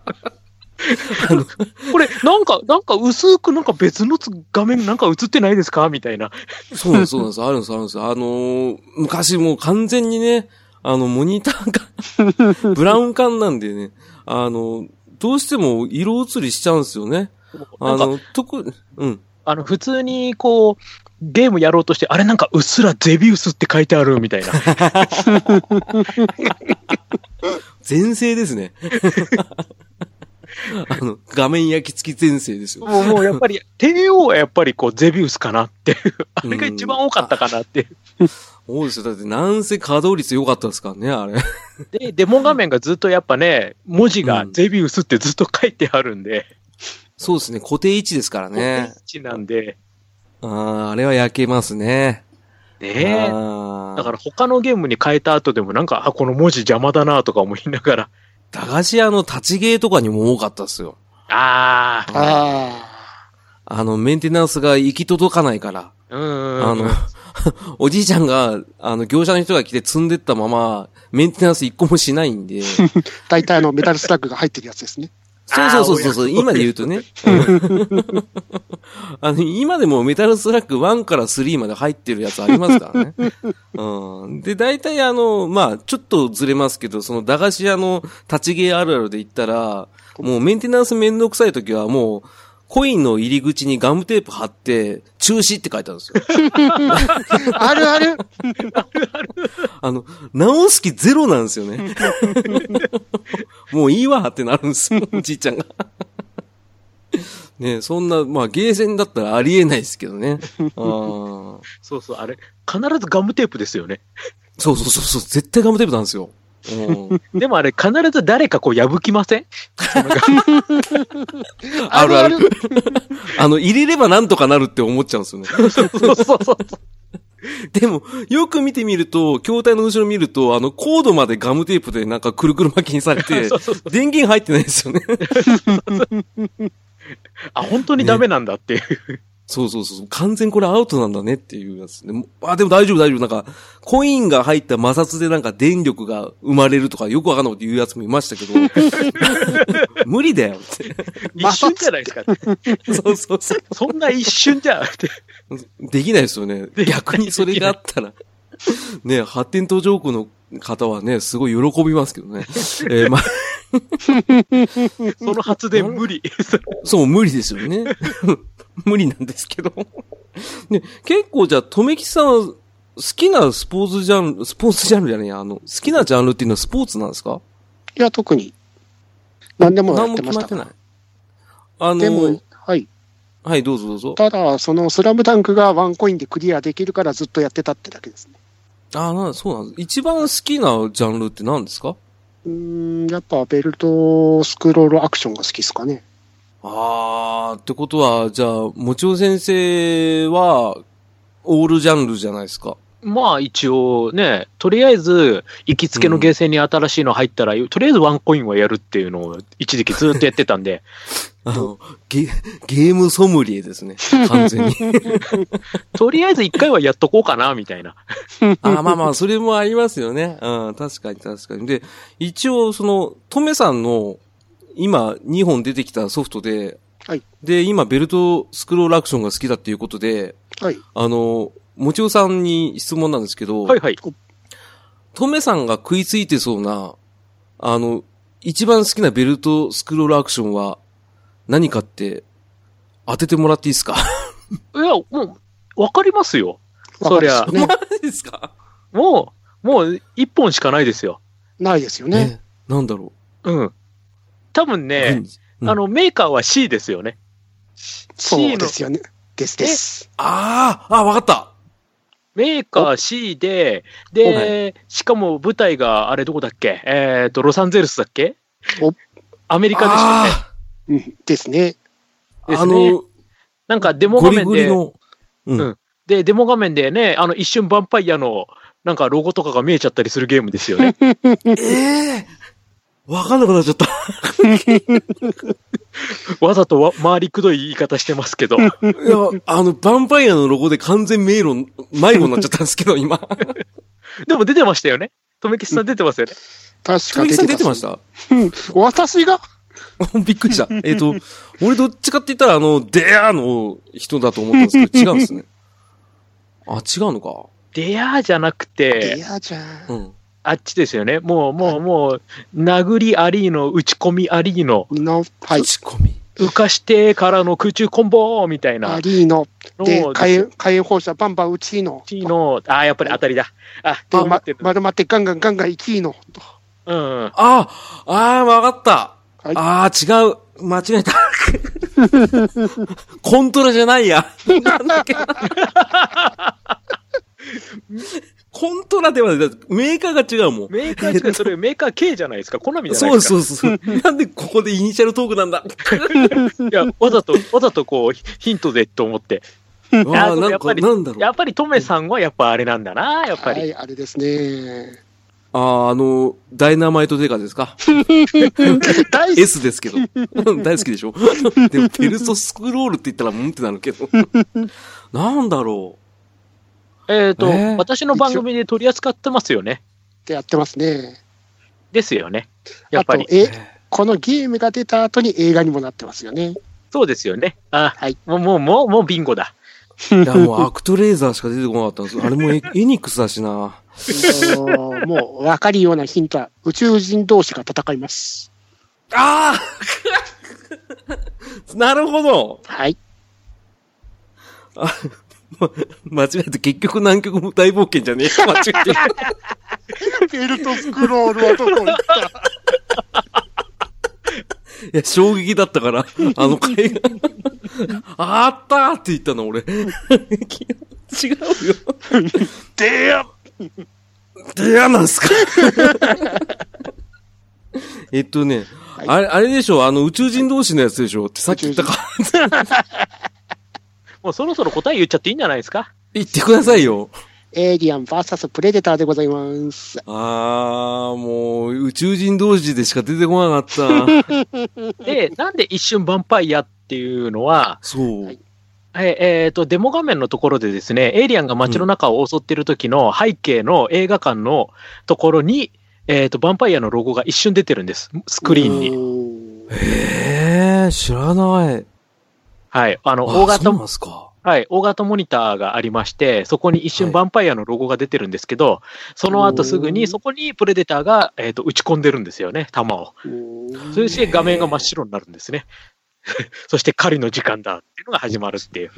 Speaker 3: れ、なんか、なんか薄くなんか別のつ画面なんか映ってないですかみたいな。
Speaker 1: そうなんです、そうなんです。あるんです、あるんです。あのー昔もう完全にね、あの、モニター [LAUGHS] が、ブラウン管なんでね、あの、どうしても色移りしちゃうんですよね。
Speaker 3: な
Speaker 1: あ
Speaker 3: んか、
Speaker 1: の、特に、うん。
Speaker 3: あの、普通にこう、ゲームやろうとして、あれなんかうっすらゼビウスって書いてあるみたい
Speaker 1: [LAUGHS]
Speaker 3: な。
Speaker 1: 前世です [LAUGHS] ね。あの、画面焼き付き前世ですよ。
Speaker 3: もうもうやっぱり、帝王はやっぱりこうゼビウスかなっていう。あれが一番多かったかなっていう。
Speaker 1: そうですよ。だって、なんせ稼働率良かったですからね、あれ。
Speaker 3: で、デモ画面がずっとやっぱね、文字がゼビウスってずっと書いてあるんで、
Speaker 1: そうですね、固定位置ですからね。
Speaker 3: 1なんで、
Speaker 1: ああ、あれは焼けますね。
Speaker 3: ねえ。
Speaker 1: あー
Speaker 3: だから他のゲームに変えた後でもなんか、あ、この文字邪魔だなとか思いながら、
Speaker 1: 駄菓子屋の立ち芸とかにも多かったですよ。
Speaker 3: あー、
Speaker 2: あ
Speaker 1: あの、メンテナンスが行き届かないから、
Speaker 3: うんうんうん。
Speaker 1: あの、 [LAUGHS] おじいちゃんが、あの、業者の人が来て積んでったまま、メンテナンス一個もしないん
Speaker 3: [LAUGHS]
Speaker 1: で、そう
Speaker 2: あ。大体あの、メタルスラッグが入ってるやつで
Speaker 1: [LAUGHS]
Speaker 2: すね。
Speaker 1: そうそうそうそう、今で言う
Speaker 2: [LAUGHS]
Speaker 1: とね。あの、今でもメタルスラック1から3まで入ってるやつありますから
Speaker 2: [LAUGHS]
Speaker 1: ね。うん。で、大体あの、まあ、ちょっとずれますけど、その駄菓子屋の立ち芸あるあるで言ったら、もうメンテナンスめんどくさい時はもう、コインの入り口にガムテープ貼って、中止って書いてあるんですよ。
Speaker 2: あるある。
Speaker 1: あの、直す気ゼロなんですよね。
Speaker 3: [LAUGHS]
Speaker 1: もういいわってなるんですよ、おじいちゃんが。ねそんな、まあ、ゲーセンだったらありえないですけどね。あー
Speaker 3: そうそう、あれ、必ずガムテープですよね。
Speaker 1: そうそうそうそう、絶対ガムテープなんですよ。うん、
Speaker 3: でもあれ、必ず誰かこう破きません
Speaker 1: あるある。あの、入れればなんとかなるって思っちゃうんですよね。
Speaker 3: そうそうそうそう。
Speaker 1: でも、よく見てみると、筐体の後ろ見ると、あの、コードまでガムテープでなんかくるくる巻きにされて
Speaker 3: [LAUGHS] そうそうそ、
Speaker 1: 電源入ってないですよね。
Speaker 3: [LAUGHS] あ、本当にダメなんだっていう。
Speaker 1: そうそうそう。完全これアウトなんだねっていうやつね。もあ、でも大丈夫大丈夫。なんか、コインが入った摩擦でなんか電力が生まれるとかよくわかんないこと言うやつもいましたけど、 [LAUGHS] 無理だよって。
Speaker 3: [LAUGHS] 一瞬じゃないですか。
Speaker 1: そうそうそう。
Speaker 3: そんな一瞬じゃって。
Speaker 1: できないですよね。逆にそれがあったら。ね、発展途上国の方はね、すごい喜びますけどね。えーまあ、
Speaker 3: その発電無理。
Speaker 1: そう、無理ですよね。 [LAUGHS] 無理なんですけど。ね、結構じゃあ、とめきさんは好きなスポーツジャンル、スポーツジャンルじゃねえや、あの、好きなジャンルっていうのはスポーツなんですか
Speaker 2: いや、特に。何でもや
Speaker 1: 何
Speaker 2: っ
Speaker 1: も
Speaker 2: てま
Speaker 1: 決
Speaker 2: し
Speaker 1: まって
Speaker 2: たか
Speaker 1: ない
Speaker 2: ら。。
Speaker 1: あ
Speaker 2: でも
Speaker 1: の、、
Speaker 2: はい。
Speaker 1: はい、どうぞどうぞ。
Speaker 2: ただ、その、スラムダンクがワンコインでクリアできるからずっとやってたってだけですね。
Speaker 1: ああ、なそうなんです。一番好きなジャンルって何ですか
Speaker 2: うーん、やっぱベルトスクロールアクションが好きですかね。
Speaker 1: ああ、ってことは、じゃあ、もちお先生は、オールジャンルじゃないですか。
Speaker 3: まあ一応ね、とりあえず、行きつけのゲーセンに新しいの入ったら、とりあえずワンコインはやるっていうのを一時期ずっとやってたん [LAUGHS] で、
Speaker 1: あの、ゲ、ゲームソムリエですね。完全に。
Speaker 2: [LAUGHS]
Speaker 3: とりあえず一回はやっとこうかな、みたいな。
Speaker 1: あまあまあ、それもありますよね。うん、確かに確かに。で、一応、その、トメさんの、今、2本出てきたソフトで、
Speaker 2: はい
Speaker 1: で、今、ベルトスクロールアクションが好きだっていうことで、
Speaker 2: はい。
Speaker 1: あの、もちおさんに質問なんですけど、
Speaker 3: はいはい。
Speaker 1: トメさんが食いついてそうな、あの、一番好きなベルトスクロールアクションは、何かって当ててもらっていいですか
Speaker 3: いや、もう、わかりますよ。
Speaker 2: わかります
Speaker 3: そ
Speaker 2: ね。
Speaker 1: ジですか
Speaker 3: もう、もう、一本しかないですよ。
Speaker 2: ないですよね。
Speaker 1: ね。なんだろ
Speaker 3: うん。多分
Speaker 1: う。
Speaker 3: ね、
Speaker 1: 軍事うん
Speaker 3: あの、メーカーは C ですよね。
Speaker 2: そうで
Speaker 3: C の
Speaker 2: すよね。ですです。
Speaker 1: ああ、あ、わかった。
Speaker 3: メーカー C で、で、しかも舞台があれどこだっけえっ、と、ロサンゼルスだっけ
Speaker 2: お
Speaker 3: アメリカでしたね。
Speaker 1: あ
Speaker 2: うん、ですね。
Speaker 1: あ
Speaker 3: です
Speaker 1: あ
Speaker 3: ね
Speaker 1: の、
Speaker 3: なんかデモ
Speaker 1: ゴ
Speaker 3: 画
Speaker 1: リ
Speaker 3: 面
Speaker 1: ゴリ
Speaker 3: で、
Speaker 1: の、うん
Speaker 3: うんで、デモ画面でね、あの、一瞬ヴァンパイアの、なんかロゴとかが見えちゃったりするゲームです
Speaker 1: [LAUGHS]
Speaker 3: よね。
Speaker 1: ええわかんなくなっちゃった。
Speaker 3: わざとわ回りくどい言い方してますけど。
Speaker 1: いや、あの、ヴァンパイアのロゴで完全迷路、迷子になっちゃったんですけど、今。
Speaker 3: でも出てましたよね。とめきちさん出てますよね。
Speaker 2: 確
Speaker 1: 高
Speaker 2: か
Speaker 1: 木さん出てまし
Speaker 2: す
Speaker 1: た
Speaker 2: 私が
Speaker 1: [LAUGHS] びっくりした。えっと、俺どっちかって言ったら、あの、デアーの人だと思ったんですけど、違うんですね。 [LAUGHS] あ、違うのか。
Speaker 3: デアーじゃなく
Speaker 2: い
Speaker 3: て、
Speaker 2: やじゃん。
Speaker 1: うん。
Speaker 3: あっちですよね。もう、もう、もう、殴りありの、打ち込みありの、
Speaker 2: の、はい
Speaker 1: 打。ち込み。
Speaker 3: 浮かしてからの空中コンボみたい
Speaker 2: ア
Speaker 3: な
Speaker 2: リーノ。
Speaker 3: の
Speaker 2: で
Speaker 3: を、、
Speaker 2: 火炎火炎放射バンバン打ちの。
Speaker 3: チーの、ああ、やっぱり当たりだ。あ、
Speaker 2: で、
Speaker 3: 待
Speaker 2: ま
Speaker 3: ってる、
Speaker 2: 丸まってガンガンガンガン生きの。
Speaker 3: うん。
Speaker 1: ああ、ああ、わかった。
Speaker 2: はい
Speaker 1: ああ、違う。間違えた。 [LAUGHS] コントラじゃないや。なんだっけな。コントラでは、メーカーが違うもん。
Speaker 3: メーカーってそれメーカー K じゃないですか。好みじゃ
Speaker 1: そ
Speaker 3: ないうですか。
Speaker 1: そうそう。なんでここでイニシャルトーク
Speaker 3: [LAUGHS]
Speaker 1: なんだ。
Speaker 3: いや、わざと、わざとこう、ヒヒントでと思って。
Speaker 1: あ
Speaker 3: あ
Speaker 1: あ、
Speaker 3: でも
Speaker 1: な
Speaker 3: や
Speaker 1: ん
Speaker 3: っぱ
Speaker 1: か、
Speaker 3: り
Speaker 1: なんだろう。
Speaker 3: やっぱりトメさんはやっぱあれなんだな、やっぱ
Speaker 2: は
Speaker 3: り。
Speaker 2: い、あれですね。
Speaker 1: ああ、あの、ダイナマイトデカですか。
Speaker 3: [LAUGHS]
Speaker 2: 大好
Speaker 1: S ですけど。 [LAUGHS] 大好きでしょ [LAUGHS] でも、ペルソスクロールって言ったら、うんってなるけ
Speaker 3: [LAUGHS]
Speaker 1: ど。なんだろ
Speaker 3: えっと
Speaker 1: えー、
Speaker 3: 私の番組で取り扱ってますよね。
Speaker 2: きやってますね。
Speaker 3: ですよね。や
Speaker 2: あ
Speaker 3: っぱ
Speaker 2: と
Speaker 3: り、。
Speaker 1: う
Speaker 2: え、。このゲームが出た後に映画にもなってますよね。
Speaker 3: そうですよね。あ、
Speaker 2: はい
Speaker 3: もう、もう、もう、もうビンゴだ。
Speaker 1: いや、もうアクトレーザーしか出てこなかったんです。あれもエエニックスだしな。
Speaker 2: も
Speaker 3: [LAUGHS]
Speaker 2: うもう分かるようなヒントは、宇宙人同士が戦います。
Speaker 1: ああ [LAUGHS] なるほど
Speaker 2: はい。
Speaker 1: あま間違えて結局南極も大冒険じゃね [LAUGHS] え。間違えて。
Speaker 2: ベルトスクロールはどこ行った
Speaker 1: いや、衝撃だったから、あの会が、 [LAUGHS] あったーって言ったの、俺。 [LAUGHS] 違うよ。でやでやなんすか [LAUGHS] えっとね、
Speaker 2: はい
Speaker 1: あれ、あれでしょ、あの、宇宙人同士のやつでしょってさっき言ったか。
Speaker 3: もうそろそろ答え言っちゃっていいんじゃないですか。
Speaker 1: [LAUGHS] 言ってくださいよ。
Speaker 2: エイリアン VS プレデターでございます。
Speaker 1: あー、もう、宇宙人同士でしか出てこなかった。
Speaker 3: で、なんで一瞬ヴァンパイアっていうのは、
Speaker 1: そう。
Speaker 3: ええーと、デモ画面のところでですね、エイリアンが街の中を襲ってる時の背景の映画館のところに、えーと、ヴァンパイアのロゴが一瞬出てるんです。スクリーンに。
Speaker 2: に。
Speaker 1: えー、知らない。
Speaker 3: はい。あの、
Speaker 1: あ
Speaker 3: 大
Speaker 1: そ
Speaker 3: 型
Speaker 1: うなんすか。
Speaker 3: はい、大型モニターがありまして、そこに一瞬
Speaker 1: は
Speaker 3: ヴァンパイアのロゴが出てるんですけど、その後すぐ
Speaker 2: おー
Speaker 3: にそこにプレデターが、えー、と打ち込んでるんですよね、弾を。それして画面が真っ白になるんですね。 [LAUGHS] そして狩りの時間だっていうのが始まるっていう。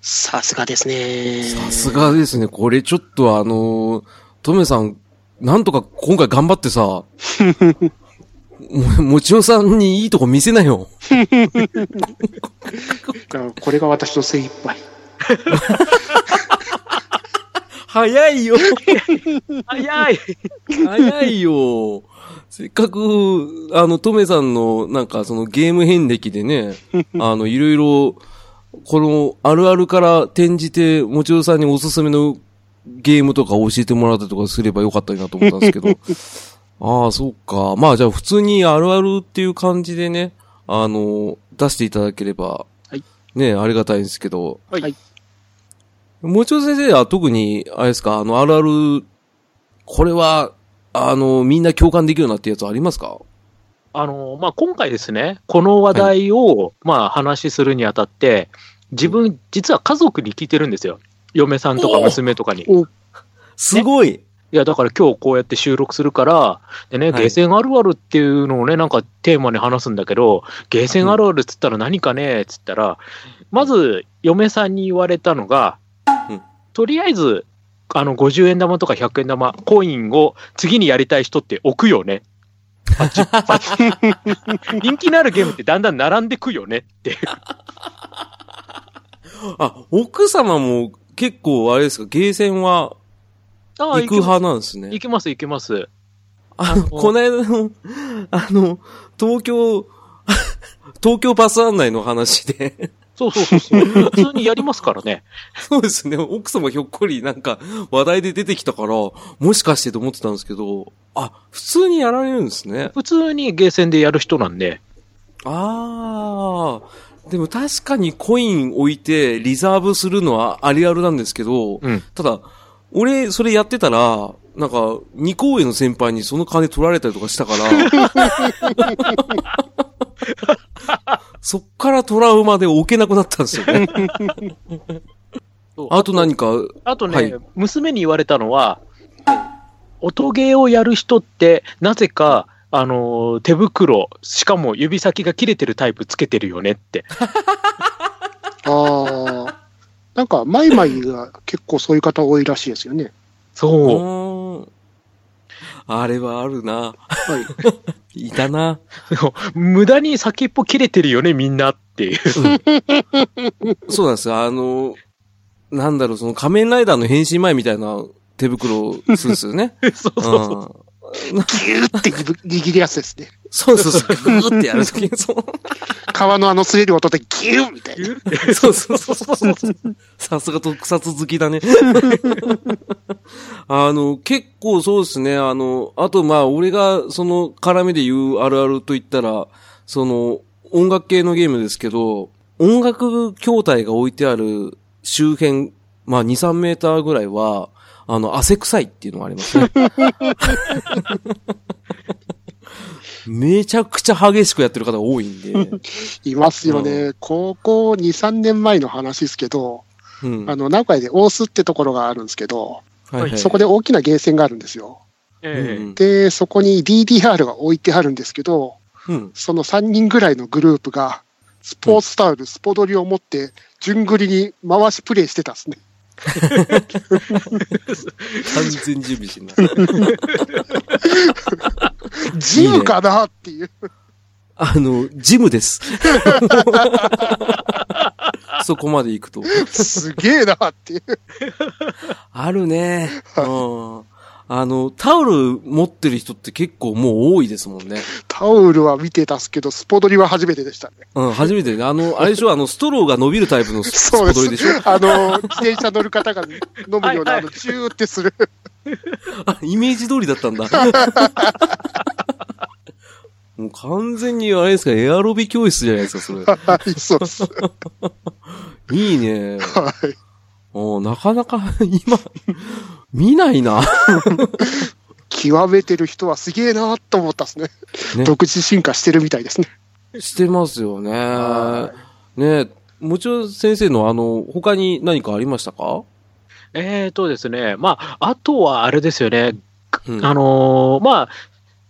Speaker 2: さすがですね。
Speaker 1: さすがですね。これちょっとあのートメさん、なんとか今回頑張ってさ、も、もちおさんにいいとこ見せなよ。
Speaker 2: これが私の精一杯。
Speaker 1: 早いよ
Speaker 3: 早い
Speaker 1: 早いよせっかく、あの、トメさんの、なんかそのゲーム遍歴で
Speaker 2: [LAUGHS]
Speaker 1: ね、あの、いろいろ、この、あるあるから転じて、もちおさんにおすすめのゲームとか教えてもらったりとかすればよかったなと思ったんですけ
Speaker 2: [LAUGHS]
Speaker 1: ど、ああ、そうか。まあじゃあ普通にあるあるっていう感じでね、あの、出していただければ、
Speaker 2: はい
Speaker 1: ね、ありがたいんですけど、
Speaker 2: はい
Speaker 1: もちろん先生は特に、あれですか、あの、あるある、これは、あの、みんな共感できるなってやつありますか
Speaker 3: あの、まあ、今回ですね、この話題を、まあ、話しするにあたって、自分、実は家族に聞いてるんですよ。嫁さんとか娘とかに。
Speaker 1: すごい、
Speaker 3: いや、だから今日こうやって収録するから、でね、
Speaker 1: はい
Speaker 3: ゲーセンあるあるっていうのをね、なんかテーマに話すんだけど、ゲーセンあるあるっつったら何かねっつったら、まず嫁さんに言われたのが、
Speaker 1: うん
Speaker 3: とりあえず、あの50円玉とか100円玉、コインを次にやりたい人って置くよね。パチパチ [LAUGHS] 人気のあるゲームってだんだん並んでくよねって。
Speaker 1: あ、奥様も結構あれですか、ゲーセンは
Speaker 3: あ
Speaker 1: 行く派なんですね
Speaker 3: 行。きます、行きます。
Speaker 1: あの、この間の、あの、東京、 [LAUGHS] 東京バス案内の話で、 [LAUGHS]
Speaker 3: そうそうそうそう。普通にやりますからね。
Speaker 1: そうですね、奥様ひょっこりなんか話題で出てきたから、もしかしてと思ってたんですけど、あ、普通にやられるんですね。
Speaker 3: 普通にゲーセンでやる人なんで。
Speaker 1: ああ、でも確かにコイン置いてリザーブするのはありあるなんですけど、
Speaker 3: うん。
Speaker 1: ただ、俺、それやってたら、なんか、二公演の先輩にその金取られたりとかしたから、そっからトラウマで置けなくなったんですよね。あと何か、
Speaker 3: あとね、
Speaker 1: はい
Speaker 3: 娘に言われたのは、音ゲーをやる人って、なぜか、あのー手袋、しかも指先が切れてるタイプつけてるよねって。
Speaker 2: ああ。なんか、マイマイが結構そういう方多いらしいですよね。
Speaker 1: う
Speaker 3: そう。
Speaker 1: ーんあれはあるな。
Speaker 2: はい。
Speaker 1: [LAUGHS] いたな。
Speaker 3: 無駄に先っぽ切れてるよね、みんなっていう。 [LAUGHS]
Speaker 1: そうなんですよ。あの、なんだろう、その仮面ライダーの変身前みたいな手袋をするんですよね。
Speaker 3: そうそうそう。
Speaker 1: うん
Speaker 2: ギューって握るやつですね。
Speaker 1: そうそうそう。ぐーってやるときに、そう。
Speaker 2: 皮のあの擦れる音でギューみたい
Speaker 1: [LAUGHS]
Speaker 2: な。
Speaker 1: そうそうそうそうそう。さすが特撮好きだ
Speaker 2: [LAUGHS]
Speaker 1: ね。あの、結構そうですね。あの、あとまあ、俺がその絡みで言うあるあると言ったら、その、音楽系のゲームですけど、音楽筐体が置いてある周辺、まあ2、3メーターぐらいは、あの、汗臭いっていうのがあります
Speaker 2: [LAUGHS]
Speaker 1: ね。めちゃくちゃ激しくやってる方が多いんで。
Speaker 2: いますよね。高校2、3年前の話ですけど、
Speaker 1: うん。
Speaker 2: あの、名古屋で大須ってところがあるんですけど、
Speaker 1: はいはい
Speaker 2: そこで大きなゲーセンがあるんですよ。
Speaker 3: ええ
Speaker 1: うん
Speaker 2: で、そこに DDR が置いてあるんですけど、
Speaker 1: うん。
Speaker 2: その3人ぐらいのグループが、スポーツタオル、スポドリを持って、順繰りに回しプレイしてたんですね。
Speaker 1: 完全準備してんな。
Speaker 2: ジムかなっていう。
Speaker 1: あの、ジムです。 [LAUGHS] そこまで行くと。
Speaker 2: すげえなっていう。
Speaker 1: あるね。うん。あの、タオル持ってる人って結構もう多いですもんね。
Speaker 2: タオルは見てたっすけど、スポドリは初めてでしたね。
Speaker 1: うん、初めてね。あの、あれでしょ、あの、ストローが伸びるタイプのスス
Speaker 2: そ
Speaker 1: ポ
Speaker 2: うで
Speaker 1: ドリですしょ。
Speaker 2: あの、自転車乗る方が飲むような、
Speaker 3: はいはい
Speaker 2: あの、チューってする。
Speaker 1: あ、イメージ通りだったんだ。 [LAUGHS] もう完全にあれですか、エアロビ教室じゃないですか、それ。
Speaker 2: はい、そうです。
Speaker 1: いいね。
Speaker 2: はい。
Speaker 1: おなかなか今、見ないな。
Speaker 2: 極めてる人はすげえなと思ったっすね。
Speaker 1: ね
Speaker 2: 独自進化してるみたいですね。
Speaker 1: してますよね
Speaker 3: は。
Speaker 1: ねもちろん先生のあの、他に何かありましたか
Speaker 3: えーとですね、まあ、あとはあれですよね、
Speaker 1: うん
Speaker 3: あのーまあ、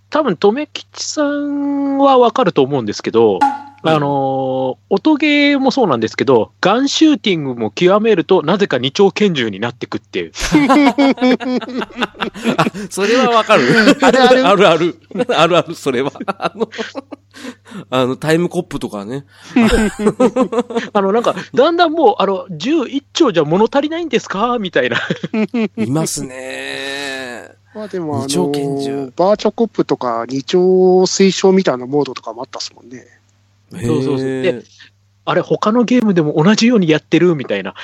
Speaker 3: 多分留吉さんはわかると思うんですけど、あのー音ゲーもそうなんですけど、ガンシューティングも極めると、なぜか二丁拳銃になってくっ
Speaker 1: [LAUGHS]
Speaker 3: ていう。
Speaker 1: それはわかる。
Speaker 2: あるある
Speaker 1: [LAUGHS] あるある。あるある、それは。あの、 [LAUGHS] あのタイムコップとかね。
Speaker 3: あの、なんか、だんだんもう、あの、銃一丁じゃ物足りないんですかみたいな。
Speaker 1: いますね。
Speaker 2: まあでも、あの
Speaker 1: 二丁拳銃
Speaker 2: バーチャコップとか二丁推奨みたいなモードとかもあったっすもんね。
Speaker 1: そう
Speaker 3: そうそうであれ、他のゲームでも同じようにやってるみたいな。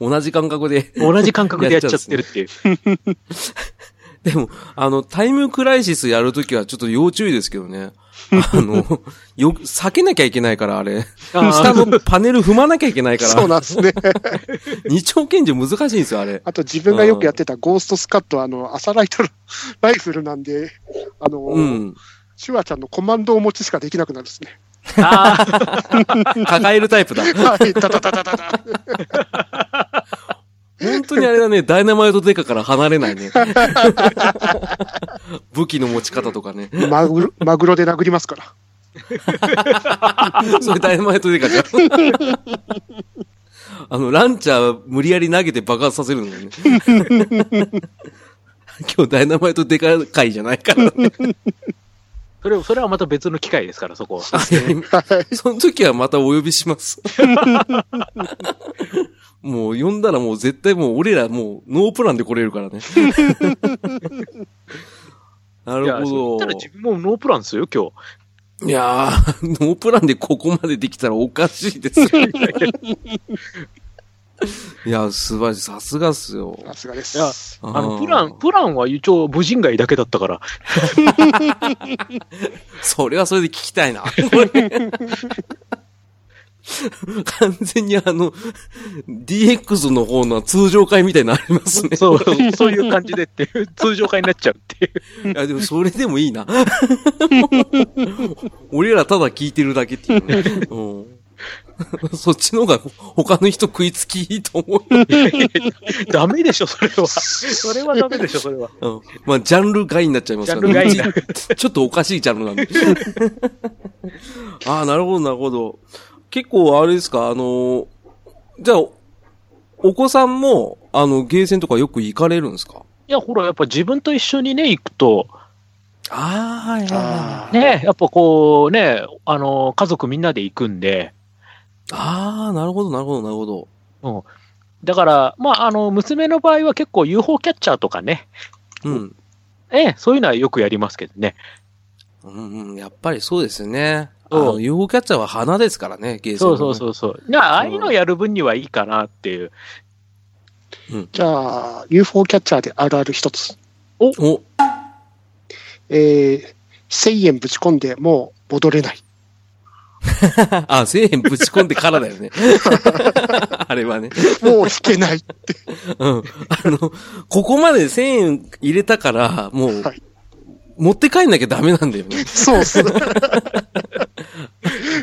Speaker 1: 同じ感覚で。 [LAUGHS]
Speaker 3: 同じ感覚でやっちゃってるっていう。
Speaker 1: でも、あの、タイムクライシスやるときはちょっと要注意ですけどね。あの、 [LAUGHS] よ、避けなきゃいけないから、あれ。
Speaker 3: あー
Speaker 1: 下のパネル踏まなきゃいけないか
Speaker 2: [LAUGHS] そう
Speaker 1: ら。
Speaker 2: なんです
Speaker 1: [LAUGHS]
Speaker 2: ね。
Speaker 1: 二丁拳銃難しいんですよ、あれ。
Speaker 2: あと自分がよくやってたゴーストスカットは、あの、朝ライトのライフルなんで、あの、
Speaker 1: うん。
Speaker 2: シュワちゃんのコマンドを持ちしかできなくなるですね。
Speaker 3: あ
Speaker 1: [LAUGHS]
Speaker 3: ー
Speaker 1: 抱えるタイプだ。
Speaker 2: はい、タタタタタタ。
Speaker 1: 本当にあれだね、ダイナマイトデカから離れないね。 [LAUGHS] 武器の持ち方とか
Speaker 3: [LAUGHS]
Speaker 1: ね。
Speaker 2: マグロ、マグロで殴 [LAUGHS] りますから。
Speaker 1: それダイナマイトデカじゃん。 [LAUGHS] あの、ランチャー無理やり投げて爆発させるのよね。 [LAUGHS] 今日ダイナマイトデカ会じゃない
Speaker 3: [LAUGHS]
Speaker 1: から、ね。
Speaker 3: それ、それはまた別の機会ですから、そこ。
Speaker 1: あその時はまたお呼びします。 [LAUGHS] もう呼んだらもう絶対もう俺らもうノープランで来れる
Speaker 3: [LAUGHS]
Speaker 1: からね。なるほ
Speaker 3: いやそう言ったら
Speaker 1: ど。
Speaker 3: 自分もノープランですよ、今
Speaker 1: い
Speaker 3: 日。
Speaker 1: やー、 [LAUGHS] ノープランでここまでできたらおかしいですよ。いや、素晴らしい。さすがっすよ。
Speaker 2: さすがです。
Speaker 3: いやあの、プラン、。プランは一応、無人街だけだったから。
Speaker 1: それはそれで聞きたいな。これ完全にあの、DX の方の通常会みたいになりますね。
Speaker 3: そう、 [LAUGHS] そういう感じでって [LAUGHS] いう、通常会になっちゃうっていう。
Speaker 1: いや、でもそれでもいいな。 [LAUGHS] 俺らただ聞いてるだけっていうね。うん、 [LAUGHS] そっちの方が他の人食いつきいいと思う。
Speaker 3: ダメでしょ、それは。それはダメでしょ、それは。
Speaker 1: うんまあ、ジャンル外になっちゃいますからね。
Speaker 3: ジャンル
Speaker 1: ちちょっとおかしいジャンルなんで。 [LAUGHS] ああ、なるほど、なるほど。結構、あれですか、あのーじゃあ、お子さんも、あの、ゲーセンとかよく行かれるんですか
Speaker 3: いや、ほら、やっぱ自分と一緒にね、行くと、
Speaker 1: ああ、はいはい
Speaker 2: あー
Speaker 3: ね、やっぱこう、ね、あの、家族みんなで行くんで、
Speaker 1: ああ、なるほど、なるほど、なるほど。
Speaker 3: だから、まあ、あの、娘の場合は結構 UFO キャッチャーとかね、
Speaker 1: うん。
Speaker 3: ええ、そういうのはよくやりますけどね。
Speaker 1: うんうん、やっぱりそうですね。あ
Speaker 3: そう
Speaker 1: の、UFO キャッチャーは花ですからね、ゲーセン
Speaker 3: そ
Speaker 1: のね、
Speaker 3: うそうそうそう。なああいうのやる分にはいいかなっていう。
Speaker 2: じゃあ、UFO キャッチャーであるある一つ。
Speaker 1: お、 [LAUGHS]
Speaker 2: えー、1000円ぶち込んでもう戻れない。
Speaker 1: あ、1000円ぶち込んでからだよね。 [LAUGHS] あれはね。
Speaker 2: もう引け
Speaker 1: [LAUGHS]
Speaker 2: ない。
Speaker 1: うん。あの、ここまで1000円入れたから、もう、
Speaker 2: はい
Speaker 1: 持って帰んなきゃダメなんだよね。
Speaker 2: そうっすね。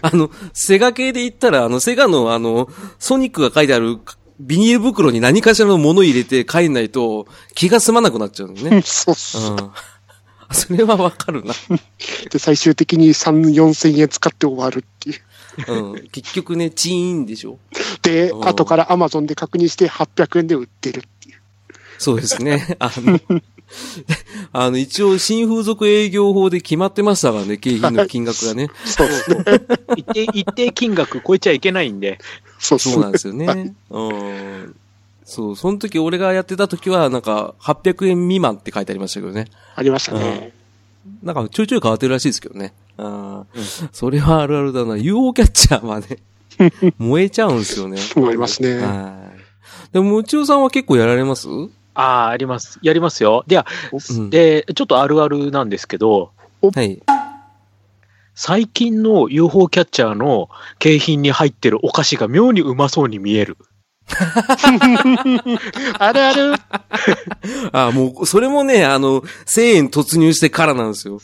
Speaker 1: あの、セガ系で言ったら、あの、セガのあの、ソニックが書いてあるビニール袋に何かしらのもの入れて帰んないと気が済まなくなっちゃうのね。
Speaker 2: そうっす
Speaker 1: う。ん。それはわかるな。
Speaker 2: で、最終的に3、4000円使って終わるっていう。
Speaker 1: うん。結局ね、チーンでしょ。
Speaker 2: で
Speaker 1: う、ん
Speaker 2: 後から Amazon で確認して800円で売ってるっていう。
Speaker 1: そうですね。あの、あの一応、新風俗営業法で決まってましたからね、景品の金額がね。
Speaker 2: そうっすね。
Speaker 3: 一 [LAUGHS] 定、一定金額超えちゃいけないんで。
Speaker 2: そうっす
Speaker 1: そうなん
Speaker 2: ね。
Speaker 1: ですよね。 [LAUGHS] うん。そう、その時、俺がやってた時は、なんか、800円未満って書いてありましたけどね。
Speaker 2: ありましたね。
Speaker 1: なんか、ちょいちょい変わってるらしいですけどね。うん。それはあるあるだな。UO キャッチャーは [LAUGHS] ね、燃えちゃうんですよね。
Speaker 2: 思いますね。
Speaker 1: はい。でも、むちおさんは結構やられますうん。
Speaker 3: ああ、あります。やりますよ。で、あ
Speaker 1: は
Speaker 3: で、ちょっとあるあるなんですけど、
Speaker 1: い。
Speaker 3: 最近の UFO キャッチャーの景品に入ってるお菓子が妙にうまそうに見え [LAUGHS] る。
Speaker 2: あるある。
Speaker 1: あ、もう、それもね、あの、1000円突入してからなんですよ。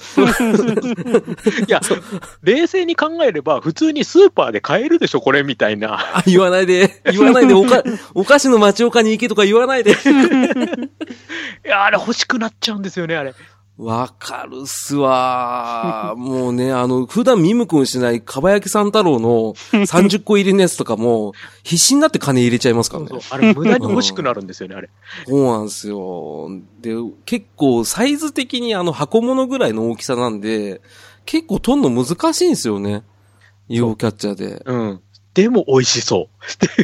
Speaker 3: いや、冷静に考えれば、普通にスーパーで買えるでしょ、これみたいな。
Speaker 1: あ言わないで、言わないで、お [LAUGHS] か、お菓子の町岡に行けとか言わないで。
Speaker 3: [LAUGHS] いや、あれ欲しくなっちゃうんですよね、あれ。
Speaker 1: わかるっすわー。もうね、あの、普段ミム君しない、かばやきさん太郎
Speaker 3: [LAUGHS]
Speaker 1: の30個入りのやつとかも、必死になって金入れちゃいますからね。
Speaker 3: そうあれ、無駄に欲しくなるんですよね、あれ。
Speaker 1: そうなんですよ。で、結構、サイズ的にあの、箱物ぐらいの大きさなんで、結構取んの難しいんですよね。UO キャッチャーで。
Speaker 3: うん。でも美味しそ う。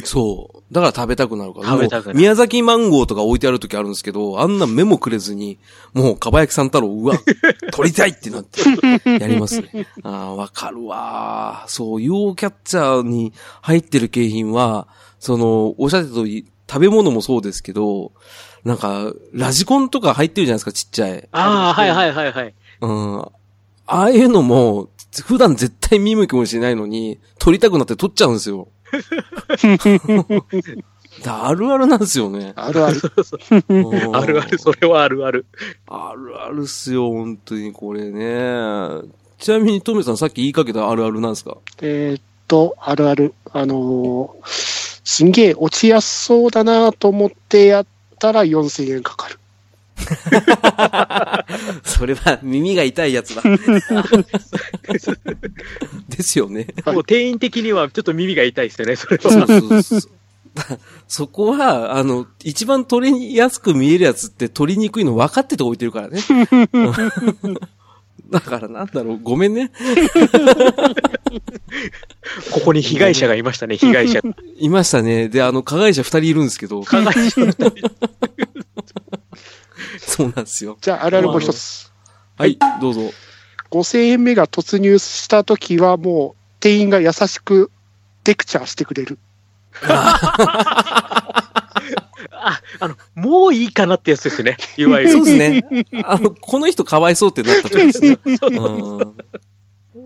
Speaker 1: [LAUGHS] そう。だから食べたくなるから。
Speaker 3: 食べたくなる
Speaker 1: もう宮崎マンゴーとか置いてある時あるんですけど、あんな目もくれずに、もう、かばやきさん太郎、
Speaker 3: [LAUGHS]
Speaker 1: うわ、取りたいってなって、やりますね。ああ、わかるわー。そう、UO キャッチャーに入ってる景品は、その、おっしゃってた通り、食べ物もそうですけど、なんか、ラジコンとか入ってるじゃないですか、ちっちゃい。
Speaker 3: ああ、はいはいはいはい。
Speaker 1: うん。ああいうのも、普段絶対見向きもしないのに、撮りたくなって撮っちゃうんです [LAUGHS] よ。だあるあるなんですよね。
Speaker 2: あるある。
Speaker 1: うん
Speaker 3: あるある、それはあるある。
Speaker 1: あるあるっすよ、本当にこれね。ちなみに、トメさんさっき言いかけたあるあるなんですか
Speaker 2: えーっと、あるある。あのーすんげえ落ちやすそうだなと思ってやったら4000円かかる。
Speaker 1: それは耳が痛いやつだ。 [LAUGHS] ですよね。
Speaker 2: はい
Speaker 3: もう店員的にはちょっと耳が痛いですよね、それは。
Speaker 1: そうそうそうそう。そこは、あの、一番取りやすく見えるやつって取りにくいの分かってて置いてるからね。 [LAUGHS] だからなんだろう、ごめんね。
Speaker 3: ここに被害者がいましたね、被害 [LAUGHS] 者。
Speaker 1: いましたね。で、あの、加害者二人いるんですけど、
Speaker 3: 加害者の二人
Speaker 1: そうなんですよ。
Speaker 2: じゃあ、あるあるもう一つ。
Speaker 1: はい、どうぞ。
Speaker 2: 5000円目が突入したときは、もう店員が優しくレクチャーしてくれる。
Speaker 3: あ、あの、もういいかなってやつですね、いわゆ
Speaker 1: そうで
Speaker 3: る。
Speaker 1: すね。あの、この人かわいそうってなった時です [LAUGHS] ね。うん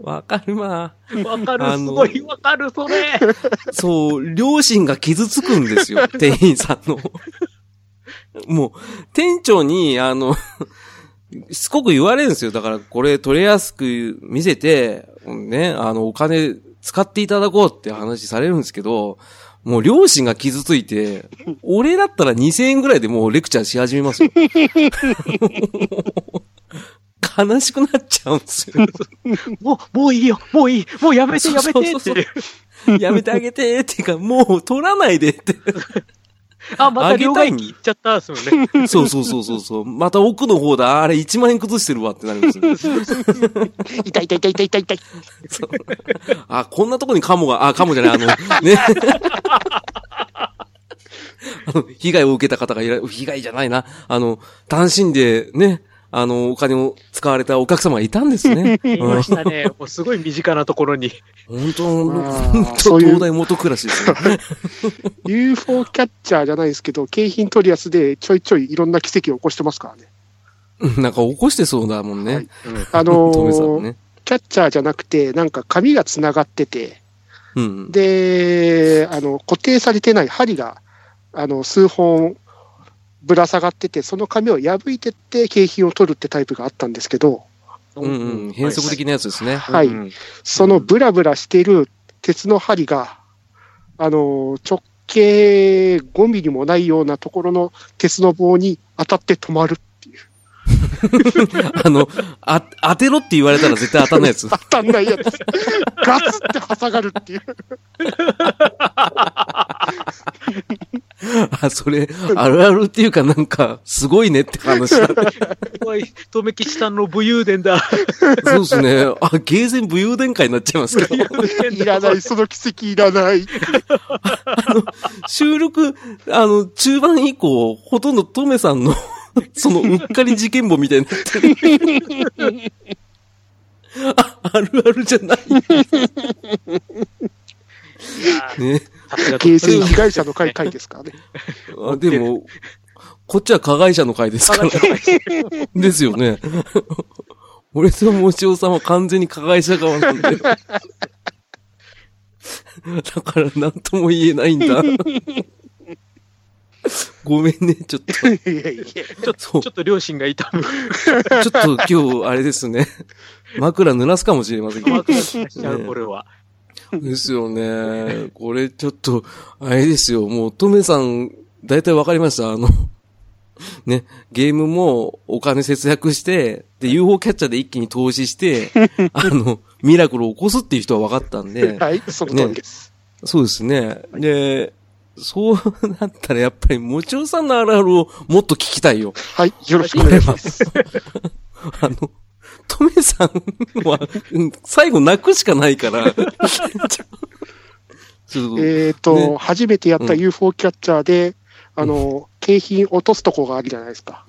Speaker 1: わかるわ。
Speaker 3: わかる、
Speaker 1: あの
Speaker 3: すごいわかる、それ。
Speaker 1: そう、両親が傷つくんですよ、店員さんの。もう、店長に、あの、しつこく言われるんですよ。だから、これ取れやすく見せて、ね、あの、お金使っていただこうって話されるんですけど、もう両親が傷ついて、俺だったら2000円ぐらいでもうレクチャーし始めますよ。 [LAUGHS] 悲しくなっちゃうんですよ。
Speaker 3: もう、もういいよ、もういい、もうやめて、やめ
Speaker 1: そう
Speaker 3: て
Speaker 1: そう
Speaker 3: っ
Speaker 1: そう
Speaker 3: て。
Speaker 1: やめてあげてっていうか、もう取らないでって。
Speaker 3: あ、ま
Speaker 1: あ
Speaker 3: た
Speaker 1: げ
Speaker 3: 両
Speaker 1: たい
Speaker 3: 替機行っちゃった、ですもんね。
Speaker 1: そうそうそうそうそう。また奥の方だ。あれ1万円崩してるわってなりますね。
Speaker 2: 痛い痛い痛い痛い痛い痛い。
Speaker 1: そうあ、こんなとこにカモが、あ、カモじゃない、あの、ね。あの、被害を受けた方がいら、被害じゃないな。あの、単身でね、あの、お金を使われたお客様がいたんですね。
Speaker 3: 言い
Speaker 1: うん
Speaker 3: ましたね。もうすごい身近なところに。
Speaker 1: 本当、
Speaker 2: あー
Speaker 1: 本
Speaker 2: そ
Speaker 1: 当、
Speaker 2: ういう
Speaker 1: 東大元暮らしですよ。
Speaker 2: UFO キャッチャーじゃないですけど、景品取りやすでちょいちょいいろんな奇跡を起こしてますからね。
Speaker 1: うんなんか起こしてそうだもんね。
Speaker 2: はい
Speaker 3: うん
Speaker 2: あの
Speaker 1: トメさん
Speaker 2: ー
Speaker 1: ね。
Speaker 2: キャッチャーじゃなくて、なんか紙がつながってて、
Speaker 1: うん。
Speaker 2: で、あの、固定されてない針が、あの、数本ぶら下がってて、その紙を破いてって景品を取るってタイプがあったんですけど、
Speaker 1: うんうん。変則的なやつですね。
Speaker 2: はい
Speaker 3: うん
Speaker 2: そのブラブラしている鉄の針が、あの、直径5ミリもないようなところの鉄の棒に当たって止まるっていう。
Speaker 1: [LAUGHS] あの、あ、当てろって言われたら絶対当たんないや [LAUGHS] つ。
Speaker 2: 当たんないや
Speaker 3: [LAUGHS]
Speaker 2: つ。ガツって挟がるっていう。
Speaker 1: あ、それ、あるあるっていうかなんか、すごいねって話 [LAUGHS] だ。
Speaker 3: すごい、とめきちさんの武勇伝だ。
Speaker 1: そうですね。あ、ゲーセン武勇伝会になっちゃいますけど。
Speaker 2: [LAUGHS] いらない、その奇跡いらない。
Speaker 1: 収録、あの、中盤以降、ほとんどトメさんの、 [LAUGHS] その、うっかり事件簿みたいになってる。 [LAUGHS] あ、あるあるじゃない。ね。
Speaker 3: さすが
Speaker 2: 形成被害者の会会です
Speaker 3: [LAUGHS]
Speaker 2: からね。
Speaker 1: あでも、こっちは加害者の会ですから。ですよね。俺ともちおさんは完全に加害者側なんだよ。だから何とも言えないんだ。ごめんね、ちょっと。
Speaker 2: いやいや
Speaker 1: そう、
Speaker 3: ち
Speaker 1: ち
Speaker 3: ょっと両親が痛む。
Speaker 1: ょっと今日あれですね。枕濡らすかもしれませんけど
Speaker 3: ワクワクしちゃう、これは。
Speaker 1: ですよね。これちょっと、あれですよ。もう、トメさん、だいたいわかりました。あの、 [LAUGHS] ね、ゲームもお金節約して、で、UFO キャッチャーで一気に投資
Speaker 2: [LAUGHS]
Speaker 1: して、あの、ミラクルを起こすっていう人は分かったんで、
Speaker 2: はい、その通りです。
Speaker 1: そうですね。で、そうなったらやっぱり、もちろさんのあるあるをもっと聞きたいよ。
Speaker 2: はい、よろしくお願いします。
Speaker 1: あの、トメさんは、うん最後泣くしかない
Speaker 2: [LAUGHS]
Speaker 1: から、ちょちょっと
Speaker 2: えっと、
Speaker 1: ね
Speaker 2: 初めてやっ
Speaker 1: う
Speaker 2: た UFO キャッチャーで、あの、景品落とすとこがあるじゃないですか。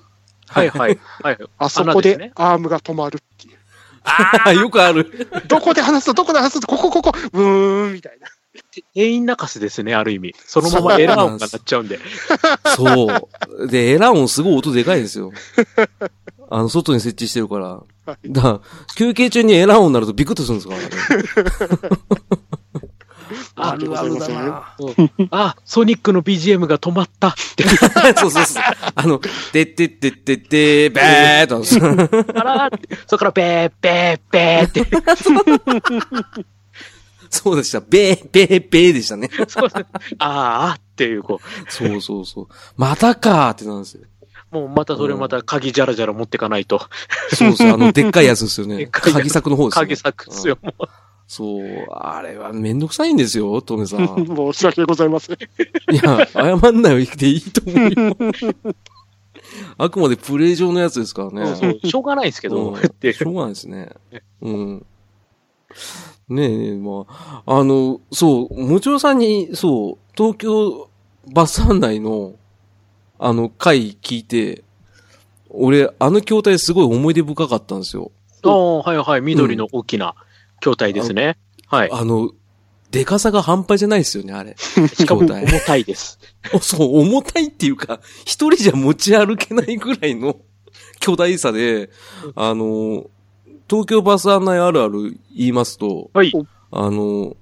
Speaker 3: はいはい。はい。
Speaker 2: あそこ
Speaker 3: 穴す
Speaker 2: で
Speaker 3: ね。
Speaker 2: アームが止まるって [LAUGHS] いう。
Speaker 1: よくある。
Speaker 2: どこで話すと、どこで話すと、ここ、ここ、うーん、みたいな。
Speaker 3: 店員泣かせですね、ある意味。そのままエラー音が鳴っちゃうんで。
Speaker 1: そう。で、エラ音すごい音でかいん
Speaker 3: [LAUGHS]
Speaker 1: ですよ。あの、外に設置してるから。だから休憩中にエラ音になるとビクッとするんですからね。
Speaker 3: [LAUGHS] あるあるだ
Speaker 2: あり
Speaker 3: な。うんあ、ソニックの BGM が止まったって。
Speaker 1: そうそうそう。あの、でってってってって、べーっと。 [LAUGHS] そう
Speaker 3: あらーってそこからべーべーべーって。
Speaker 1: そうでした。べー、べー、べーでしたね。
Speaker 3: そうですね。あーあっていう、こ
Speaker 1: そうそうそう。またかーってなんですよ。
Speaker 3: う、もうまたそれまた鍵じゃらじゃら持ってかないと。
Speaker 1: そうそう、あの、でっかいやつですよ
Speaker 3: で
Speaker 1: ね。
Speaker 3: っかいやつ
Speaker 1: 鍵作の方ですよ、ね。
Speaker 3: 鍵作っすよ、もう。
Speaker 1: そう、あれはめんどくさいんですよ、トメさん。
Speaker 2: 申し訳ございませ [LAUGHS] ん。
Speaker 1: いや、謝んないよ、生きていいと
Speaker 3: [LAUGHS]
Speaker 1: 思うよ。あくまでプレイ上のやつですからね。
Speaker 3: そうそうしょうがないですけ
Speaker 1: う
Speaker 3: ど、
Speaker 1: ん
Speaker 3: っていう
Speaker 1: しょうがないですね。うん。ねえねえ、まあ、あの、そう、もちろさんに、そう、東京バス案内の、あの、回聞いて、俺、あの筐体すごい思い出深かったんですよ。
Speaker 3: ああ、はいはい、緑の大きな筐体ですね。はい。
Speaker 1: あの、でかさが半端じゃないですよね、あれ。
Speaker 3: しかも
Speaker 1: 筐体
Speaker 3: 重たいです。
Speaker 1: お [LAUGHS] そう、重たいっていうか、一人じゃ持ち歩けないぐらいの巨大さで、あの、東京バス案内あるある言いますと、
Speaker 3: はい。
Speaker 1: あの、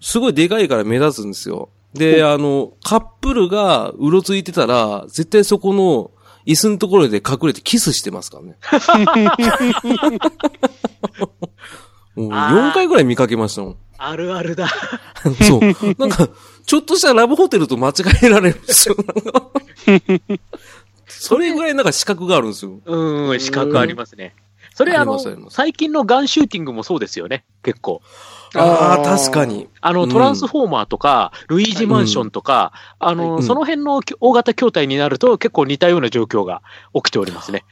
Speaker 1: すごいでかいから目立つんですよ。で、あの、カップルがうろついてたら、絶対そこの椅子のところで隠れてキスしてますからね。
Speaker 3: [LAUGHS]
Speaker 1: もう4回ぐらい見かけましたもん。
Speaker 3: あるあるだ。
Speaker 1: [LAUGHS] そう。なんか、ちょっとしたラブホテルと間違えられるんです
Speaker 3: [LAUGHS]
Speaker 1: よ。なんかそれぐらいなんか資格があるんですよ。
Speaker 3: うん、資格ありますね。それあ
Speaker 1: あ
Speaker 3: の
Speaker 1: りますありま、す
Speaker 3: 最近のガンシューティングもそうですよね、結構。
Speaker 2: あー
Speaker 1: ああ、確かに。
Speaker 3: あ
Speaker 1: う
Speaker 3: の、
Speaker 1: ん
Speaker 3: トランスフォーマーとか、ルイージマンションとか、あの、
Speaker 1: うん
Speaker 3: その辺の大型筐体になると結構似たような状況が起きておりますね。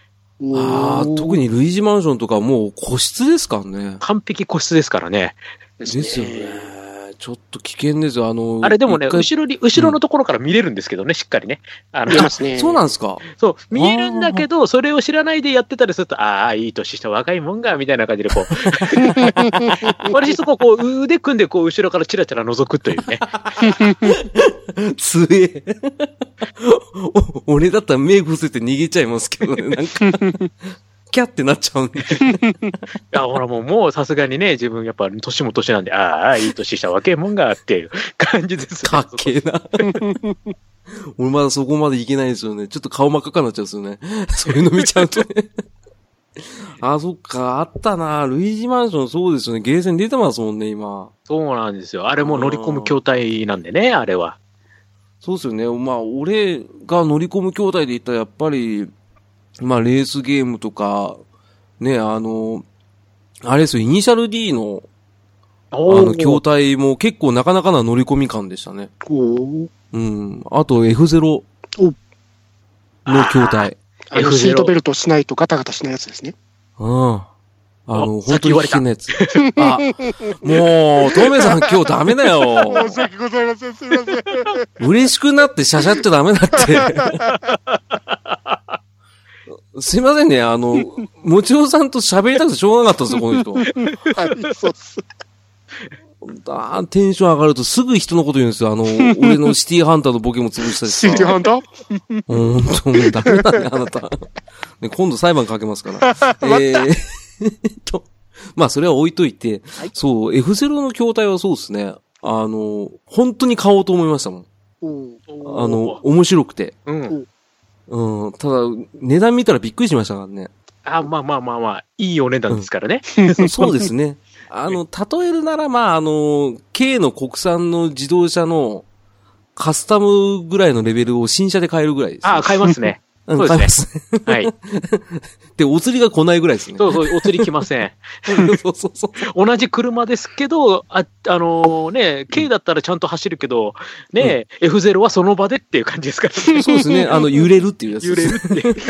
Speaker 1: ああ、特にルイージマンションとかもう個室ですからね。
Speaker 3: 完璧個室ですからね。
Speaker 1: ですよね。ちょっと危険ですよ。あの、
Speaker 3: あれでもね、
Speaker 1: 一回
Speaker 3: 後ろに、後ろのところから見れるんですけどね、しっかりね。あの
Speaker 2: 見え、ますね。
Speaker 1: そうなんですか
Speaker 3: [LAUGHS] そう、見えるんだけど、それを知らないでやってたりすると、ああ、いい年した若いもんが、みたいな感
Speaker 1: [LAUGHS]
Speaker 3: じでこう。私そこ、こう、腕組んで、こう、後ろからチラチラ覗くというね。
Speaker 1: つえ。 [LAUGHS] お俺だったら目伏せて逃げちゃいますけどね。なんか、 [LAUGHS] キャってなっちゃ
Speaker 3: [LAUGHS]
Speaker 1: うんで。
Speaker 3: いや、ほらもう、もうさすがにね、自分やっぱ、年も年なんで、ああ、いい年した若いもんが、っていう感じですね
Speaker 1: かっけえ
Speaker 3: [LAUGHS]
Speaker 1: な。俺まだそこまでいけないですよね。ちょっと顔真っ赤かになっちゃうんですよね。 [LAUGHS] そういうの見ちゃうとね。あ、そっか、あったな。ルイージマンションそうですよね。ゲーセン出てますもんね、今。
Speaker 3: そうなんですよ。あれも乗り込む筐体なんでね、あれは。
Speaker 1: そうですよね。まあ、俺が乗り込む兄弟で言ったら、やっぱり、まあ、レースゲームとか、ね、あの、あれですよ、イニシャル D の、あ
Speaker 3: お
Speaker 1: の、筐体も結構なかなかな乗り込み感でしたね。
Speaker 2: おー
Speaker 1: うん。あと、F0 の筐体。
Speaker 2: あの
Speaker 3: F0
Speaker 2: シートベルトしないとガタガタしないやつですね。
Speaker 1: うん。あの、
Speaker 3: あ
Speaker 1: 本当に危険なやつ。あ、もう、トメさん今日ダメだよ。
Speaker 3: [LAUGHS]
Speaker 2: 訳ございません。すみません。
Speaker 1: 嬉しくなってしゃしゃっちゃダメだって。すいませんね、あの、もちおさんと喋りたくてしょうがなかったんですよ、この人。
Speaker 2: はい、そうっす。
Speaker 1: あーテンション上がるとすぐ人のこと言うんですよ。あの、俺のシティハンターのボケも潰したし
Speaker 2: シ
Speaker 1: さ。
Speaker 2: ーハンダ
Speaker 1: うん、本当もうダメだね、あなた。ね、今度裁判かけますから。えー、と、まあそれは置いといて、そう、F0 の筐体はそうですね。あの、本当に買おうと思いましたもん。
Speaker 2: うん。
Speaker 1: あの、、面白くて。
Speaker 3: うん。
Speaker 1: うん、ただ、値段見たらびっくりしましたから
Speaker 3: [LAUGHS]
Speaker 1: ね。
Speaker 3: あ、まあまあまあまあ、いいお値段ですからね。
Speaker 1: そうですね。あの、例えるなら、まあ、あの、K の国産の自動車のカスタムぐらいのレベルを新車で買えるぐらいです、
Speaker 3: ああ、買いますね。
Speaker 1: う
Speaker 3: そ
Speaker 1: ん、
Speaker 3: うですね
Speaker 1: 買えますね。
Speaker 3: はい。
Speaker 1: で、お釣りが来ないぐらいですね。
Speaker 3: そうそう、お釣り来ません。
Speaker 1: そうそうそう。
Speaker 3: 同じ車ですけど、あ、あのね、K だったらちゃんと走るけど、ね、F0 はその場でっていう感じですから、ね、
Speaker 1: そうですね。
Speaker 3: [LAUGHS]
Speaker 1: あの、揺れるっていうやつ
Speaker 3: 揺
Speaker 1: で
Speaker 3: れ
Speaker 1: す。
Speaker 3: るって。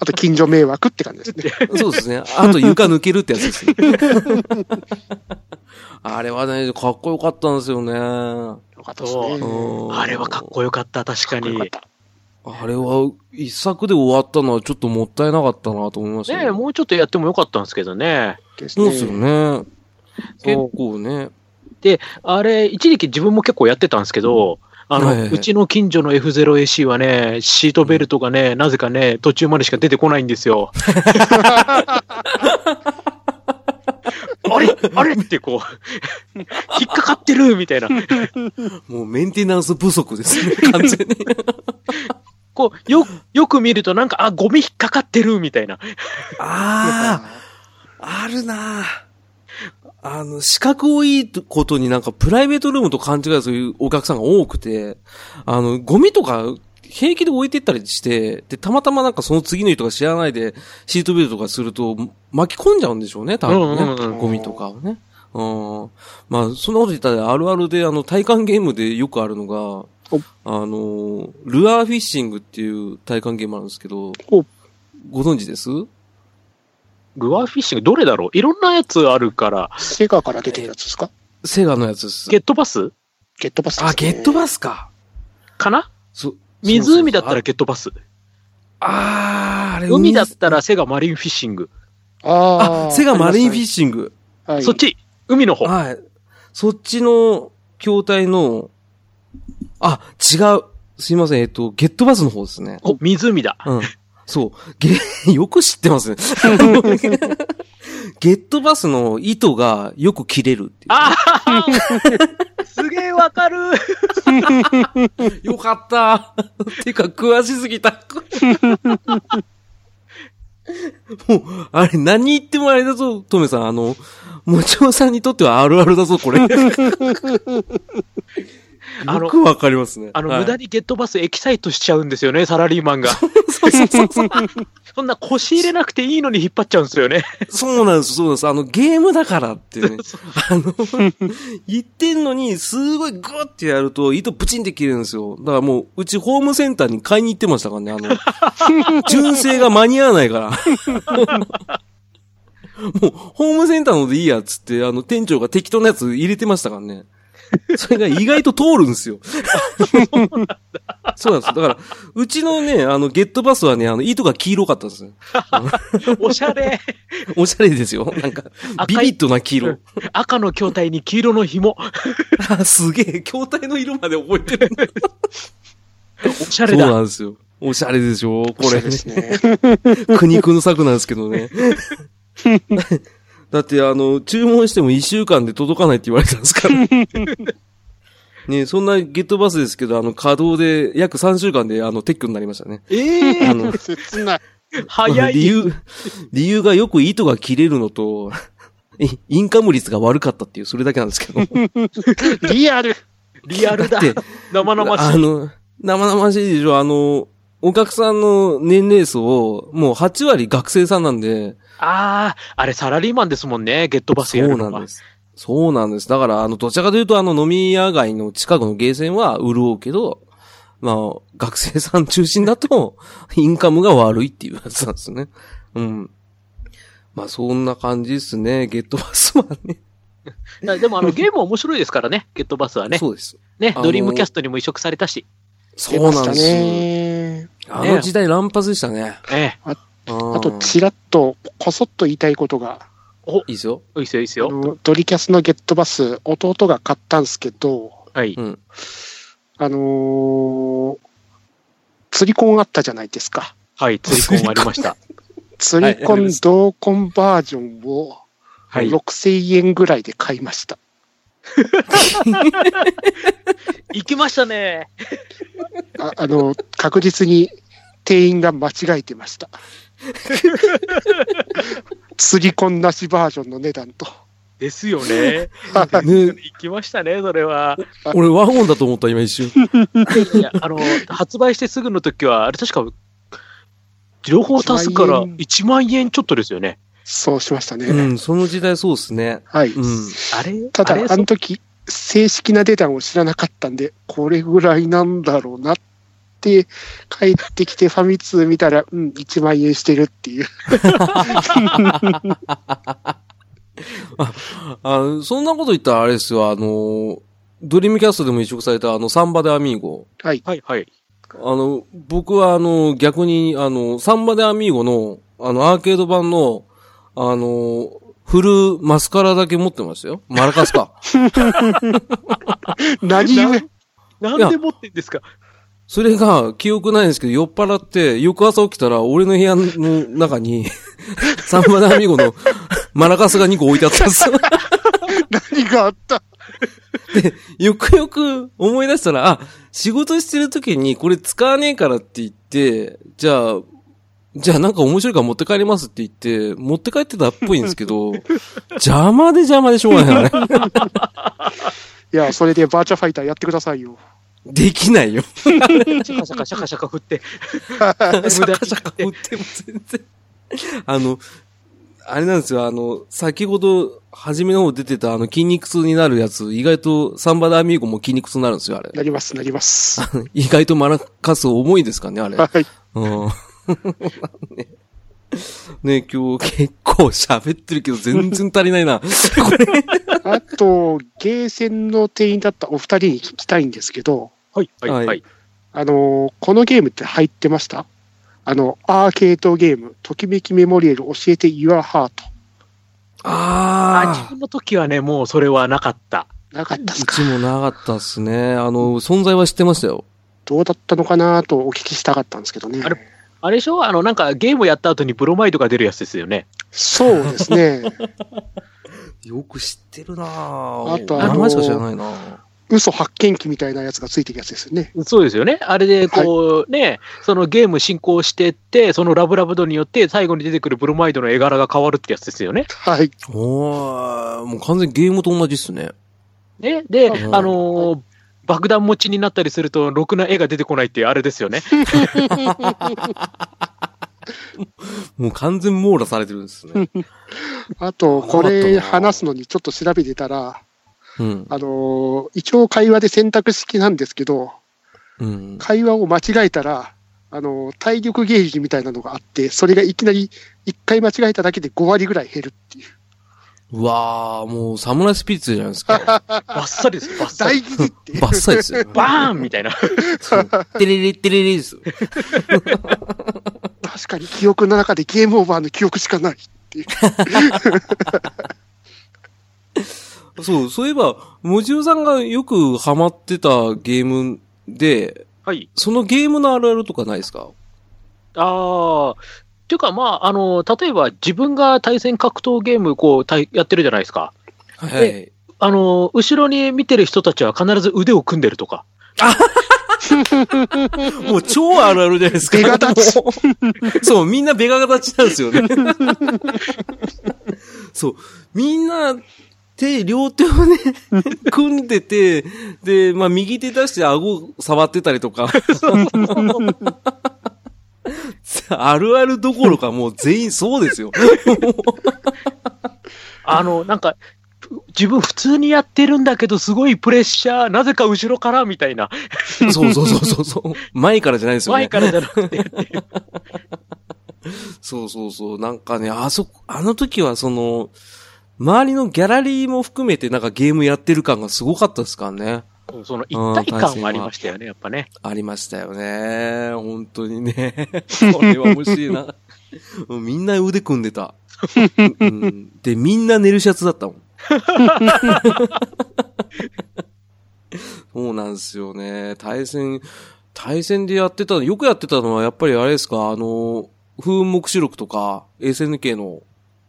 Speaker 2: あと、近所迷惑って感じ [LAUGHS] ですね。
Speaker 1: そうですね。あと床抜けるってやつですね。 [LAUGHS] あれはね、かっこよかったんですよね。
Speaker 2: よかったですね。
Speaker 1: うん
Speaker 3: あれはかっこよかった、確かに。
Speaker 2: かっこよ
Speaker 3: ね
Speaker 2: かっ
Speaker 1: あれは、一作で終わったのはちょっともったいなかったなと思いました
Speaker 3: え、もうちょっとやってもよかったんですけどね。
Speaker 2: たです
Speaker 1: そう
Speaker 2: ね。
Speaker 1: ですよね。結
Speaker 3: そう
Speaker 1: 構ね。
Speaker 3: あれ、一時期自分も結構やってたんですけど、あの、
Speaker 1: はいはいう
Speaker 3: ちの近所の F0AC はね、シートベルトがね、なぜかね、途中までしか出てこないんです
Speaker 1: [LAUGHS]
Speaker 3: よ。あれあれってこう、引っかかってるみたいな。
Speaker 1: もうメンテナンス不足ですね、完全に。 [LAUGHS]
Speaker 3: こう、よ、よく見るとなんか、あ、ゴミ引っかかってるみたいな。
Speaker 1: ああ、あるなああの、資格をいいことになんかプライベートルームと勘違いするお客さんが多くて、あの、ゴミとか平気で置いてったりして、で、たまたまなんかその次の人が知らないでシートベルトとかすると巻き込んじゃうんでしょうね、多分ね。
Speaker 3: うんうんうん
Speaker 1: ゴミとかをね。うん。まあ、そんなこと言ったらあるあるで、あの、体感ゲームでよくあるのが、あの、ルアーフィッシングっていう体感ゲームあるんですけど
Speaker 2: お、
Speaker 1: ご存知です
Speaker 3: ルアーフィッシング、どれだろういろんなやつあるから、
Speaker 2: セガから出てるやつですか
Speaker 1: セガのやつです。
Speaker 3: ゲットバス
Speaker 2: ゲットバスです、ね。
Speaker 1: あ、ゲットバスか。
Speaker 3: かな
Speaker 1: そ
Speaker 3: 湖だった
Speaker 1: そうそうそう
Speaker 3: らゲットバス。
Speaker 1: あーあれ
Speaker 3: 海だったらセガマリンフィッシング。
Speaker 2: あ
Speaker 1: あ
Speaker 2: あ。
Speaker 1: セガマリンフィッ
Speaker 2: ッ
Speaker 1: シング。
Speaker 2: シはい、
Speaker 3: そっち、海の方。
Speaker 1: はい。そっちの筐体の、あ、違う。すいません。えっと、ゲットバスの方ですね。
Speaker 3: お湖だ。
Speaker 1: うん。そう。ゲ、 [LAUGHS] よく知って [LAUGHS] ますね。ゲットバスの糸がよく切れるっていう
Speaker 3: ああすげえわかる
Speaker 1: よかった。 [LAUGHS] てか、詳しすぎた。 [LAUGHS] もう、あれ、何言ってもあれだぞ、トメさん。あの、もちおさんにとってはあるあるだぞ、これ。よ
Speaker 3: あの
Speaker 1: くわかりますね。
Speaker 3: あの、
Speaker 1: はい
Speaker 3: 無駄にゲットバスエキサイトしちゃうんですよね、サラリーマンが。
Speaker 1: [LAUGHS] そうそうそうそう。
Speaker 3: そんな腰入れなくていいのに引っ張っちゃうんですよね。
Speaker 1: そうなんです、そうなんです。あの、ゲームだからっていうね。あの、 [LAUGHS] 言ってんのに、すごいグーってやると、糸プチンって切れるんですよ。だからもう、うちホームセンターに買いに行ってましたからね、あの、純正が間に合わないから。 [LAUGHS] もう、ホームセンターのでいいやっつって、あの、店長が適当なやつ入れてましたからね。それが意外と通るんですよ。そうなんです。だから、うちのね、あの、ゲットバスはね、あの、糸が黄色かったんですよ。
Speaker 3: おしゃれ。
Speaker 1: [LAUGHS] おしゃれですよ。なんか、
Speaker 3: 赤
Speaker 1: ビ
Speaker 3: い
Speaker 1: ビッドな黄色。
Speaker 3: 赤の筐体に黄色の紐。
Speaker 1: あ [LAUGHS] すげえ、筐体の色まで覚えてる。
Speaker 3: おし
Speaker 1: そ
Speaker 3: ゃれ
Speaker 1: う
Speaker 3: だ。
Speaker 1: なんですよ。おしゃれでしょこれ
Speaker 2: そう。ですね。
Speaker 1: 苦肉の策なんですけどね。だって、あの、注文しても1週間で届かないって言われたんですから。ねそんなゲットバスですけど、あの、稼働で約3週間で、あの、撤去になりましたね。
Speaker 3: ええ
Speaker 1: あの、
Speaker 2: [LAUGHS] 切ない。
Speaker 1: [LAUGHS]
Speaker 3: 早
Speaker 1: 理
Speaker 3: い。
Speaker 1: 由、理由がよく糸が切れるのと、 [LAUGHS] イインカム率が悪かったっていう、それだけなんですけど。
Speaker 2: リアル。
Speaker 3: リアル
Speaker 1: だ
Speaker 3: だ
Speaker 1: って。
Speaker 3: 生々
Speaker 1: あ
Speaker 3: しい。
Speaker 1: の、生々しいでしょ。あの、お客さんの年齢層を、もう8割学生さんなんで、
Speaker 3: ああ、あれサラリーマンですもんね、ゲットバス
Speaker 1: そ
Speaker 3: や
Speaker 1: う
Speaker 3: る
Speaker 1: な
Speaker 3: の
Speaker 1: ん
Speaker 3: は
Speaker 1: で。す。そうなんです。だから、あの、どちらかというと、あの、飲み屋街の近くのゲーセンは潤うけど、まあ、学生さん中心だと、 [LAUGHS] インカムが悪いっていうやつなんですね。うん。まあ、そんな感じですね。ゲットバスはね。
Speaker 3: だでもあのゲーム面白いですからね、ゲットバスはね。
Speaker 1: そうです。
Speaker 3: ね、
Speaker 1: あの
Speaker 3: ドリームキャストにも移植されたし。
Speaker 1: そうなんですよ。
Speaker 2: 出ましたね。
Speaker 1: あの時代乱発でしたね。
Speaker 3: ええ。
Speaker 1: あ
Speaker 2: あと、ちらっと、こそっと言いたいことが、
Speaker 1: いいですよ。
Speaker 3: いいっすよ、いいっす
Speaker 2: あ
Speaker 3: よ。
Speaker 2: のドリキャスのゲットバス、弟が買ったんですけど、
Speaker 3: はい。
Speaker 1: うん。
Speaker 2: あのー、釣りコンあったじゃないですか。
Speaker 3: はい、釣り込みあり
Speaker 1: [LAUGHS]
Speaker 3: ました。
Speaker 2: 釣りコ
Speaker 1: はい
Speaker 2: ン同コンバージョンを
Speaker 3: はい。
Speaker 2: 6000円ぐらいで買いました。
Speaker 3: 行きましたね。
Speaker 2: ああの、確実に店員が間違えてました。釣りコンなしバージョンの値段と。
Speaker 3: ですよね。
Speaker 1: ね、
Speaker 3: [LAUGHS] 行きましたね、それは。
Speaker 1: 俺ワゴンだと思った、今一瞬。
Speaker 3: いや、あの、発売してすぐの時は、あれ確か、両方足すから
Speaker 2: 1万円
Speaker 3: 1万円ちょっとですよね。
Speaker 2: [LAUGHS] そうしましたね。
Speaker 1: うん、その時代そうですね。
Speaker 2: はい。
Speaker 1: うん。
Speaker 3: あれ
Speaker 2: ただ、
Speaker 3: あれ
Speaker 2: あの時、正式な値段を知らなかったんで、これぐらいなんだろうなって、帰ってきてファミ通見たら、うん、1万円してるっていう。
Speaker 1: あそんなこと言ったらあれですよ、あの、ドリームキャストでも移植されたあの、サンバでアミーゴ。
Speaker 3: [LAUGHS]
Speaker 2: はい。
Speaker 3: はいはい。
Speaker 1: あの、僕はあの、逆に、あの、サンバでアミーゴの、あの、アーケード版の、あの、フルマスカラだけ持ってましたよ。マラカスか。
Speaker 2: 何故
Speaker 3: なんで持ってんですか
Speaker 1: それが、記憶ないんですけど、酔っ払って、翌朝起きたら、俺の部屋の中に、サンバでアミーゴのマラカスが2個置いてあったんですよ。
Speaker 2: 何があった
Speaker 1: よくよく思い出したら、あ、仕事してる時にこれ使わねえからって言って、じゃあ、じゃあなんか面白いから持って帰りますって言って、持って帰ってたっぽいんですけど、邪魔で邪魔でしょうがないあれ。
Speaker 2: いや、それでバーチャファイターやってくださいよ。
Speaker 1: できないよ。
Speaker 3: シャカシャカシャカシャカ振って。
Speaker 1: シャカシャカ振っても全然。あの、あれなんですよ、あの、先ほど、初めの方出てた、あの、筋肉痛になるやつ、意外と、サンバダ・アミーゴも筋肉痛になるんですよ、あれ。
Speaker 2: なります、なります。は
Speaker 1: 意外とマラカス重いですかね、あれ。
Speaker 2: い。
Speaker 1: うん。 [LAUGHS] ねね今日結構喋ってるけど全然足りないな。これ。
Speaker 2: あと、ゲーセンの店員だったお二人に聞きたいんですけど、
Speaker 3: はい、はい、
Speaker 1: は
Speaker 3: はいい。
Speaker 2: あの、このゲームって入ってましたあの、アーケードゲーム、ときめきメモリアル教えて Your Heart。
Speaker 3: あ自
Speaker 1: ああ。
Speaker 3: 分の時はね、もうそれはなかった。
Speaker 2: なかったっ
Speaker 1: う
Speaker 2: すか
Speaker 1: ちもなかったっすね。あの、存在は知ってましたよ。
Speaker 2: どうだったのかなとお聞きしたかったんですけどね
Speaker 3: あ。れあれでしょあの、なんかゲームやった後にブロマイドが出るやつですよね。
Speaker 2: そうですね。 [LAUGHS]
Speaker 1: よく知ってるなぁ
Speaker 2: あとあ
Speaker 1: 名
Speaker 2: の
Speaker 1: 前しか知らないなぁ
Speaker 2: 嘘発見器みたいなやつがついてるやつですよね。
Speaker 3: そうですよね。あれで、こう、ね、そのゲーム進行してって、そのラブラブ度によって、最後に出てくるブロマイドの絵柄が変わるってやつですよね。
Speaker 2: はい。
Speaker 1: おー、もう完全にゲームと同じっすね。
Speaker 3: ね、で、
Speaker 1: うん
Speaker 3: あのー爆弾持ちになったりすると、ろくな絵が出てこないっていうあれですよ
Speaker 1: [LAUGHS]
Speaker 3: ね。
Speaker 1: もう完全網羅されてるんです [LAUGHS] ね。
Speaker 2: あと、こ
Speaker 1: 困った
Speaker 2: れ
Speaker 1: な
Speaker 2: 話すのにちょっと調べてたら、
Speaker 1: うん。
Speaker 2: あの、一応会話で選択式なんですけど、
Speaker 1: うん。
Speaker 2: 会話を間違えたら、あの、体力ゲージみたいなのがあって、それがいきなり1回間違えただけで5割ぐらい減るっていう。
Speaker 1: うわー、もうサムライスピリッツじゃないですか。
Speaker 3: バッサリです、バッサ
Speaker 2: 大
Speaker 3: リ。
Speaker 2: 事って
Speaker 1: [LAUGHS]
Speaker 2: いう
Speaker 1: バッサリですよ。
Speaker 3: バーンみたいな。 [LAUGHS]
Speaker 1: そうテレレテレレですよ。
Speaker 2: 確かに記憶の中でゲームオーバーの記憶しかないっていう。
Speaker 1: そう、そういえば、もじおさんがよくハマってたゲームで、
Speaker 3: はい。
Speaker 1: そのゲームのあるあるとかないですか
Speaker 3: ああ。っていうか、まあ、あのー例えば自分が対戦格闘ゲーム、こう、対やってるじゃないですか。
Speaker 1: はい。
Speaker 3: あのー後ろに見てる人たちは必ず腕を組んでるとか。
Speaker 1: もう超あるあるじゃないですか。
Speaker 2: ベガ立ち
Speaker 1: もう [LAUGHS] そう、みんなベガ立ちなんですよ
Speaker 2: [LAUGHS]
Speaker 1: ね。そう、みんな、手、両手を
Speaker 2: [LAUGHS]
Speaker 1: ね、組んでて、で、まあ、右手出して顎触ってたりと
Speaker 2: [LAUGHS]
Speaker 1: か。 [LAUGHS] あるあるどころかもう全員そうですよ。
Speaker 3: あの、なんか、ぷ自分普通にやってるんだけど、すごいプレッシャー、なぜか後ろからみたいな、
Speaker 1: そうそうそうそうそう。前からじゃないですよね。
Speaker 3: 前からじゃ
Speaker 1: [LAUGHS]
Speaker 3: なくて、
Speaker 1: そうそうそう。なんかね、あそこ、あの時はその、周りのギャラリーも含めてなんかゲームやってる感がすごかったですからね。
Speaker 3: その一体感はありましたよね、やっぱね。
Speaker 1: ありましたよね。本当にね。 [LAUGHS] これは面白いな。 [LAUGHS] うんみんな腕組んで [LAUGHS] た、うんで、みんな寝るシャツだったも [LAUGHS] ん。そうなんですよね。対戦、対戦でやってたの、よくやってたのはやっぱりあれですか、あの、風目視録とか、SNK の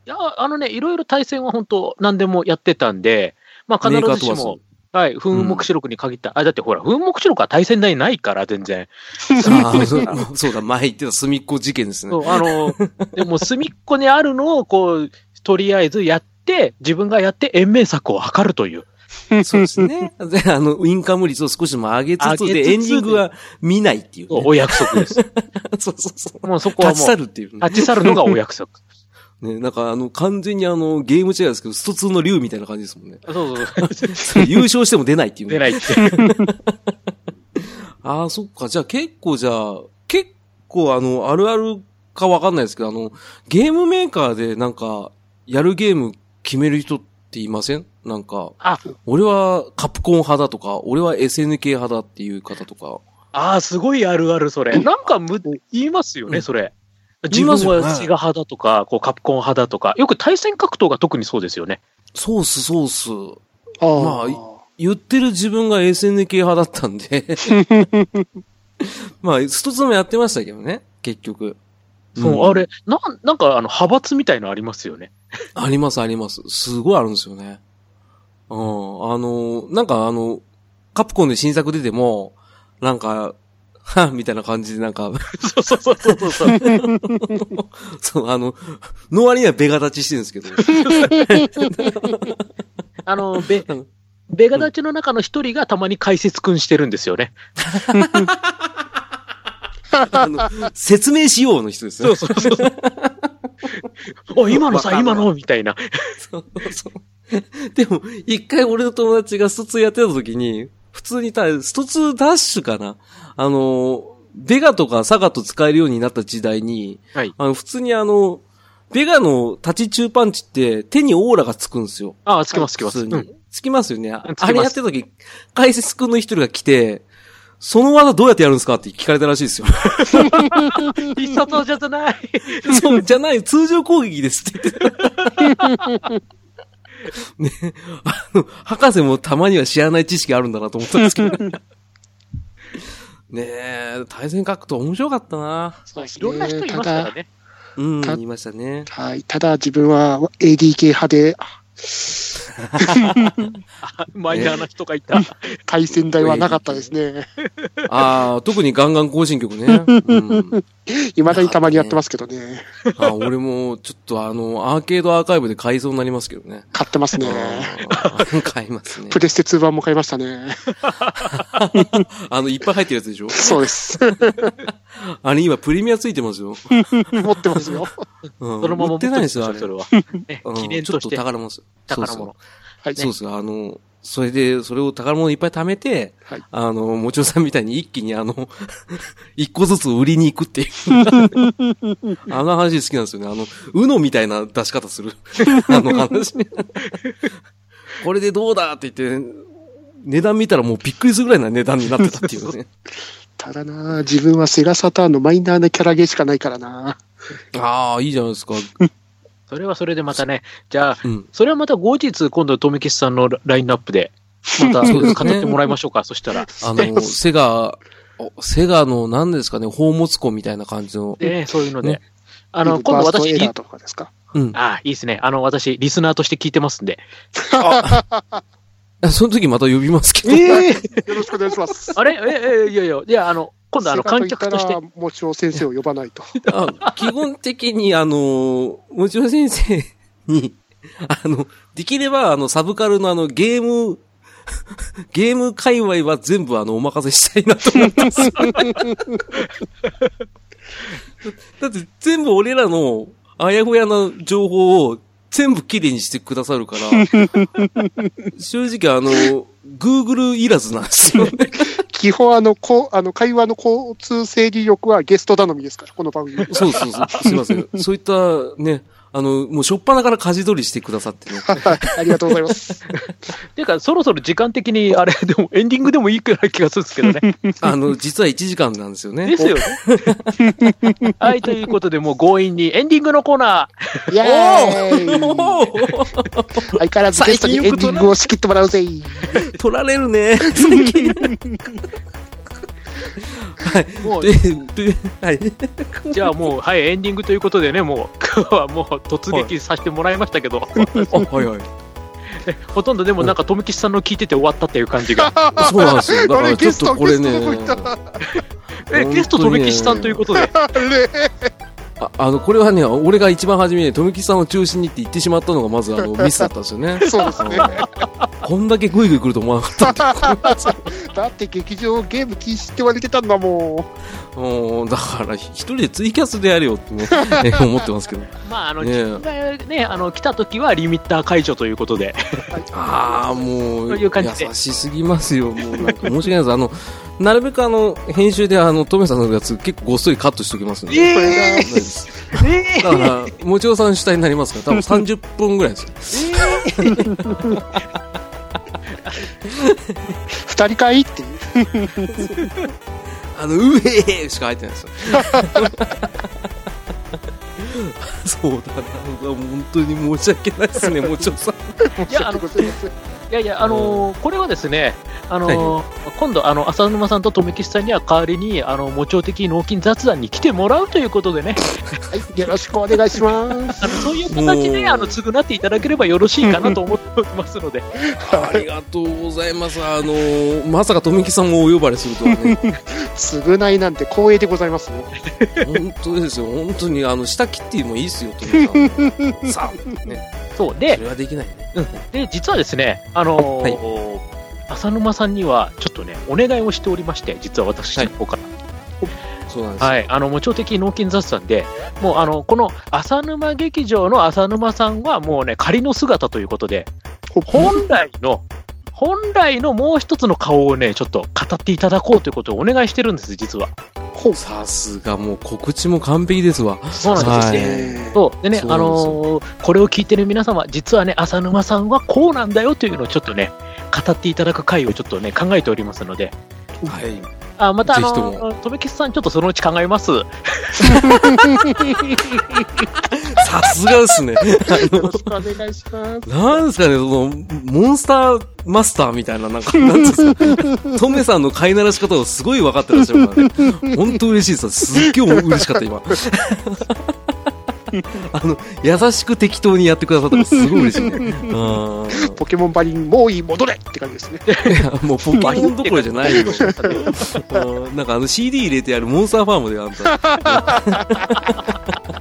Speaker 3: いや、あのね、いろいろ対戦は本当、何でもやってたんで、まあ、
Speaker 1: メ
Speaker 3: 必
Speaker 1: ーカー
Speaker 3: ず
Speaker 1: 問わ
Speaker 3: し
Speaker 1: ず
Speaker 3: も。はい、風雲目視録に限った、あ、だってほら、風雲目視録は対戦台ないから、
Speaker 1: [LAUGHS]
Speaker 3: 全然。
Speaker 1: あーそう [LAUGHS] そうだ、前言ってた隅っこ事件ですね
Speaker 3: そ。う、あの、でも隅っこにあるのを、こう、とりあえずやって、自分がやって延命策を図るという。
Speaker 1: そうですね。で、あの、インカム率を少しも上げつつ
Speaker 3: 上げ
Speaker 1: で、
Speaker 3: つつで
Speaker 1: エンディングは見ないっていう、ね。
Speaker 3: お約束です。
Speaker 1: [LAUGHS] そうそうそう。
Speaker 3: もうそこは
Speaker 1: 立ち去
Speaker 3: もう、
Speaker 1: るっていう、ね。
Speaker 3: 立ち去るのがお約束。
Speaker 1: ね、なんかあの、完全にあの、ゲーム違いですけど、スト2の竜みたいな感じですもんね。
Speaker 3: そうそうそう。
Speaker 1: 優勝しても出ないっていう、
Speaker 3: [LAUGHS]
Speaker 1: ね。
Speaker 3: 出ないって。
Speaker 1: ああ、そっか。じゃあ結構じゃあ、結構あの、あるあるかわかんないですけど、あの、ゲームメーカーでなんか、やるゲーム決める人っていませんなんか、
Speaker 3: あ、
Speaker 1: 俺はカプコン派だとか、俺は SNK 派だっていう方とか。
Speaker 3: ああ、すごいあるある、それ。なんかむ、言いますよ
Speaker 1: う
Speaker 3: ね、
Speaker 1: ん
Speaker 3: それ。
Speaker 1: 言い
Speaker 3: 自
Speaker 1: ま
Speaker 3: 分
Speaker 1: すよね
Speaker 3: はシガ派だとか、こうカプコン派だとか、よく対戦格闘が特にそうですよね。
Speaker 1: そうっす、そうっす。
Speaker 2: [LAUGHS] あ
Speaker 1: まあい言ってる自分が SNK 派だったん
Speaker 3: [LAUGHS]
Speaker 1: で。まあ、一つもやってましたけどね、結局。
Speaker 3: そう
Speaker 1: うん
Speaker 3: あれ、なん、なんかあの、派閥みたいのありますよね。
Speaker 1: あります、あります。すごいあるんですよね。うん。あの、なんかあの、カプコンで新作出ても、なんか、 [LAUGHS] はっみたいな感じでなんか、
Speaker 3: [LAUGHS]
Speaker 1: [LAUGHS]
Speaker 3: そうそうそうそうそう。
Speaker 1: そう、あの、の割にはベガ立ちしてるんですけど。
Speaker 3: あ [LAUGHS] の、ベ、ベガ立ちの中の一人がたまに解説くんしてるんですよね。
Speaker 1: あ
Speaker 3: [LAUGHS]
Speaker 1: の、説明しようの人ですよ
Speaker 3: そう
Speaker 1: ね。
Speaker 3: そうそう。お、今のさ、今のみたいな。
Speaker 1: そうそうでも、一回俺の友達がストツーやってた時に、普通にた、ストツーダッシュかなあの、ベガとかサガと使えるようになった時代に、
Speaker 3: はい
Speaker 1: あの普通にあの、ベガの立ち中パンチって手にオーラがつくんですよ。
Speaker 3: ああ、つきます、つきま
Speaker 1: 普
Speaker 3: す。
Speaker 1: 通
Speaker 3: う
Speaker 1: に
Speaker 3: ん。
Speaker 1: つきますよね。あ
Speaker 3: つきます
Speaker 1: あれやってた時、解説くんの一人が来て、その技どうやってやるんですかって聞かれたらしいですよ。
Speaker 3: 必殺技じゃない。
Speaker 1: [LAUGHS] そう、じゃない、通常攻撃ですって言
Speaker 3: [LAUGHS]
Speaker 1: ってた。ね、あの、博士もたまには知らない知識あるんだなと思ったんですけ
Speaker 3: [LAUGHS]
Speaker 1: ど。ねえ、対戦格闘面白かったな。
Speaker 2: そうです
Speaker 3: いろんな人いますからね。
Speaker 1: うん、
Speaker 2: た
Speaker 1: 言いましたね。
Speaker 2: ただ、 [LAUGHS] はい。ただ自分は ADK 派で、
Speaker 3: マイナーな人がいた。
Speaker 2: 対戦台はなかったですね。
Speaker 1: ああ、特にガンガン更新曲ね。うん、
Speaker 2: いまだにたまにやってますけどね。
Speaker 1: あ俺も、ちょっとあの、アーケードアーカイブで買いそうになりますけどね。
Speaker 2: 買ってますね。
Speaker 1: あー買います
Speaker 3: [LAUGHS]
Speaker 1: ね
Speaker 2: プ。レステ2版も買いましたね。
Speaker 1: あの、いっぱい入ってるやつでしょ
Speaker 2: そうです。
Speaker 1: あれ今プレミアついてますよ。
Speaker 2: 持ってますよ。
Speaker 1: うん、
Speaker 3: そのまま
Speaker 1: 売ってないんですよ、あ
Speaker 3: 持っ
Speaker 1: れ
Speaker 3: てる。んですそれ
Speaker 1: う
Speaker 3: は。
Speaker 1: ん
Speaker 3: ね記念
Speaker 1: ちょ
Speaker 3: と
Speaker 1: っ
Speaker 3: し
Speaker 1: と
Speaker 3: て
Speaker 1: 宝物です。
Speaker 3: 宝物。
Speaker 2: はい。
Speaker 1: そうですあの、それで、それを宝物いっぱい貯めて、
Speaker 2: はい
Speaker 1: あの、もちろさんみたいに一気にあの、 [LAUGHS] 一個ずつ売りに行く
Speaker 3: [LAUGHS]
Speaker 1: っていう。あの話好きなんですよね。あの、うのみたいな出し方
Speaker 3: [LAUGHS]
Speaker 1: する。あの話。これでどうだって言って、値段見たらもうびっくりするぐらいな値段になってたって
Speaker 3: [LAUGHS]
Speaker 1: いうね。
Speaker 2: ただな、自分はセガサターンのマイナーなキャラゲーしかないからな。
Speaker 1: ああ、いいじゃないですか。
Speaker 3: それはそれでまたね、じゃあ、 [LAUGHS]
Speaker 1: うん。
Speaker 3: それはまた後日、今度、とめきさんのラインナップで、また
Speaker 1: そうですね
Speaker 3: 語ってもらいましょうか、そしたら。
Speaker 1: あの、セガ、おセガの何ですかね、宝物庫みたいな感じの。
Speaker 3: で、そういうの
Speaker 1: ね
Speaker 3: で。あの、
Speaker 2: リ
Speaker 3: 今度
Speaker 2: バースト
Speaker 3: 私、
Speaker 2: エラー
Speaker 3: リ
Speaker 2: とかですか。
Speaker 1: うん。
Speaker 3: あ、いいですね。あの、私、リスナーとして聞いてますんで。
Speaker 1: その時また呼びますけど。
Speaker 3: え
Speaker 2: よろしくお願いします。
Speaker 3: あれえ、え、いやいや、いや、あの、今度、あの、観客として
Speaker 2: セガ。言ったらもちろん先生を呼ばないと。
Speaker 1: あ基本的に、あの、もちろん先生に、あの、できれば、あの、サブカルのあの、ゲーム、ゲーム界隈は全部あの、お任せしたいなと思ってます。だって全部俺らの、あやふやな情報を全部きれいにしてくださるから、正直あの、Google いらずなんですよね。
Speaker 2: 基本あの、こう、あの、会話の交通整理力はゲスト頼みですから、この番組。
Speaker 1: [LAUGHS] そうそうそう、すいません。そういったね、あの、もうしょっぱなから舵取りしてくださって
Speaker 2: [LAUGHS]
Speaker 1: ね。
Speaker 2: [LAUGHS] ありがとうございます。
Speaker 3: ていうか、そろそろ時間的に、あれ、でも、エンディングでもいいくらい気がするんですけど
Speaker 2: [LAUGHS]
Speaker 3: ね。
Speaker 1: あの、実は1時間なんですよね
Speaker 3: で。すよね。はい、ということで、もう強引に、エンディングのコーナー。
Speaker 2: イェーイ
Speaker 1: おー
Speaker 2: 相変わらずゲストにエンディングを仕切ってもらうぜ
Speaker 1: 取られる
Speaker 2: [LAUGHS]
Speaker 1: ね、最近。はい。
Speaker 3: もう
Speaker 1: で、で、はい。
Speaker 3: じゃあもう、はい、エンディングということでね、もう、今日はもう突撃させてもらいましたけど、
Speaker 1: あ、はいはい。
Speaker 3: ほとんどでもなんか、富吉さんの聞いてて終わったっていう感じが。
Speaker 1: そうなんですよ。だからちょっとこれね
Speaker 2: あれゲストゲストどこ行、
Speaker 3: [LAUGHS] え、ゲスト富吉さんということで、
Speaker 2: あれ
Speaker 1: ああの、これはね、俺が一番初めに、富木さんを中心にって言ってしまったのが、まずあ
Speaker 2: [LAUGHS]
Speaker 1: の、ミスだったんですよね。
Speaker 2: そうですね。
Speaker 1: こんだけグイグイ来ると思わなかった。
Speaker 2: だって劇場ゲーム禁止って言われてたんだも
Speaker 1: もうだ [LAUGHS] から、一人でツイキャスでやれよってね [LAUGHS] え思ってますけど。
Speaker 3: [LAUGHS] まあ、あの、
Speaker 1: ねえ
Speaker 3: 自分がね、あの、来た時はリミッター解除ということで、
Speaker 1: ああ、も、
Speaker 3: そうういう感じで
Speaker 1: 優しすぎますよ。もう、なんか申し訳ないです。あの、 [LAUGHS] なるべくあの、編集であの、トメさんのやつ結構ごっそりカットしておきますんで。
Speaker 2: う。え
Speaker 1: 大丈夫です
Speaker 3: [LAUGHS]
Speaker 1: だから、もちろさん主体になりますから、多分30分ぐらいですよ。
Speaker 2: 二人かいっていう。
Speaker 1: あの、うえーしか入ってないですよ。そうだな、本当に申し訳ないですね、もちろさん。
Speaker 3: いや、あの、いやいや、あのーこれはですね、あのー今度、あの浅沼さんと留吉さんには代わりに、あの無調的納金雑談に来てもらうということでね、
Speaker 2: はい、よろしくお願いします。
Speaker 3: あのそういう形で
Speaker 1: もう
Speaker 3: あの償っていただければよろしいかなと思っております [LAUGHS] ので、
Speaker 1: ありがとうございます。あのーまさか富木さんもお呼ばれするとはね、
Speaker 2: 償いなんて光栄でございますね。
Speaker 1: [LAUGHS] 本当ですよ。本当に、あの、下切ってもいいですよ、富木さん。さあ、ね、
Speaker 3: そう
Speaker 1: そ
Speaker 3: で
Speaker 1: れはできないね。
Speaker 3: で実はですね、あのー浅沼さんにはちょっとね、お願いをしておりまして、実は私の方から。
Speaker 1: そうなんですよ。
Speaker 3: はい、あの、無調的納金雑談で、もうあの、この浅沼劇場の浅沼さんはもうね、仮の姿ということで、
Speaker 2: ほ
Speaker 3: 本来の、本来のもう一つの顔をね、ちょっと語っていただこうということをお願いしてるんです、実は。
Speaker 2: ほう
Speaker 1: さすが、もう告知も完璧ですわ。
Speaker 3: そうなんです
Speaker 1: はい
Speaker 3: ね。
Speaker 2: えー
Speaker 3: そうでね、
Speaker 1: そうな
Speaker 3: あ
Speaker 1: んですよ
Speaker 3: のーこれを聞いてる皆様、実はね、浅沼さんはこうなんだよというのをちょっとね、語っていただく回をちょっとね、考えておりますので、
Speaker 1: はい。
Speaker 3: あまた、あ
Speaker 1: ぜひとも
Speaker 3: のー、とべきさん、ちょっとそのうち考
Speaker 1: [LAUGHS]
Speaker 3: えます。よ
Speaker 1: さすがですね。 [LAUGHS]
Speaker 2: よろしくお願いします。
Speaker 1: なんですかね、その、モンスターマスターみたいな、なんか、なんていうんですか、トメさんの飼いならし方をすごい分かってらっしゃるからね、本当嬉しいです。すっげえ嬉しかった、今。 [LAUGHS] あの、優しく適当にやってくださったのすごい嬉し [LAUGHS] いね。うん
Speaker 2: ポケモンバリン、もういい、戻れって感じですね。
Speaker 1: いやもうポケモンどころじゃないよ。うんなんかあの CD 入れてやるモンスターファームであんた。 [LAUGHS]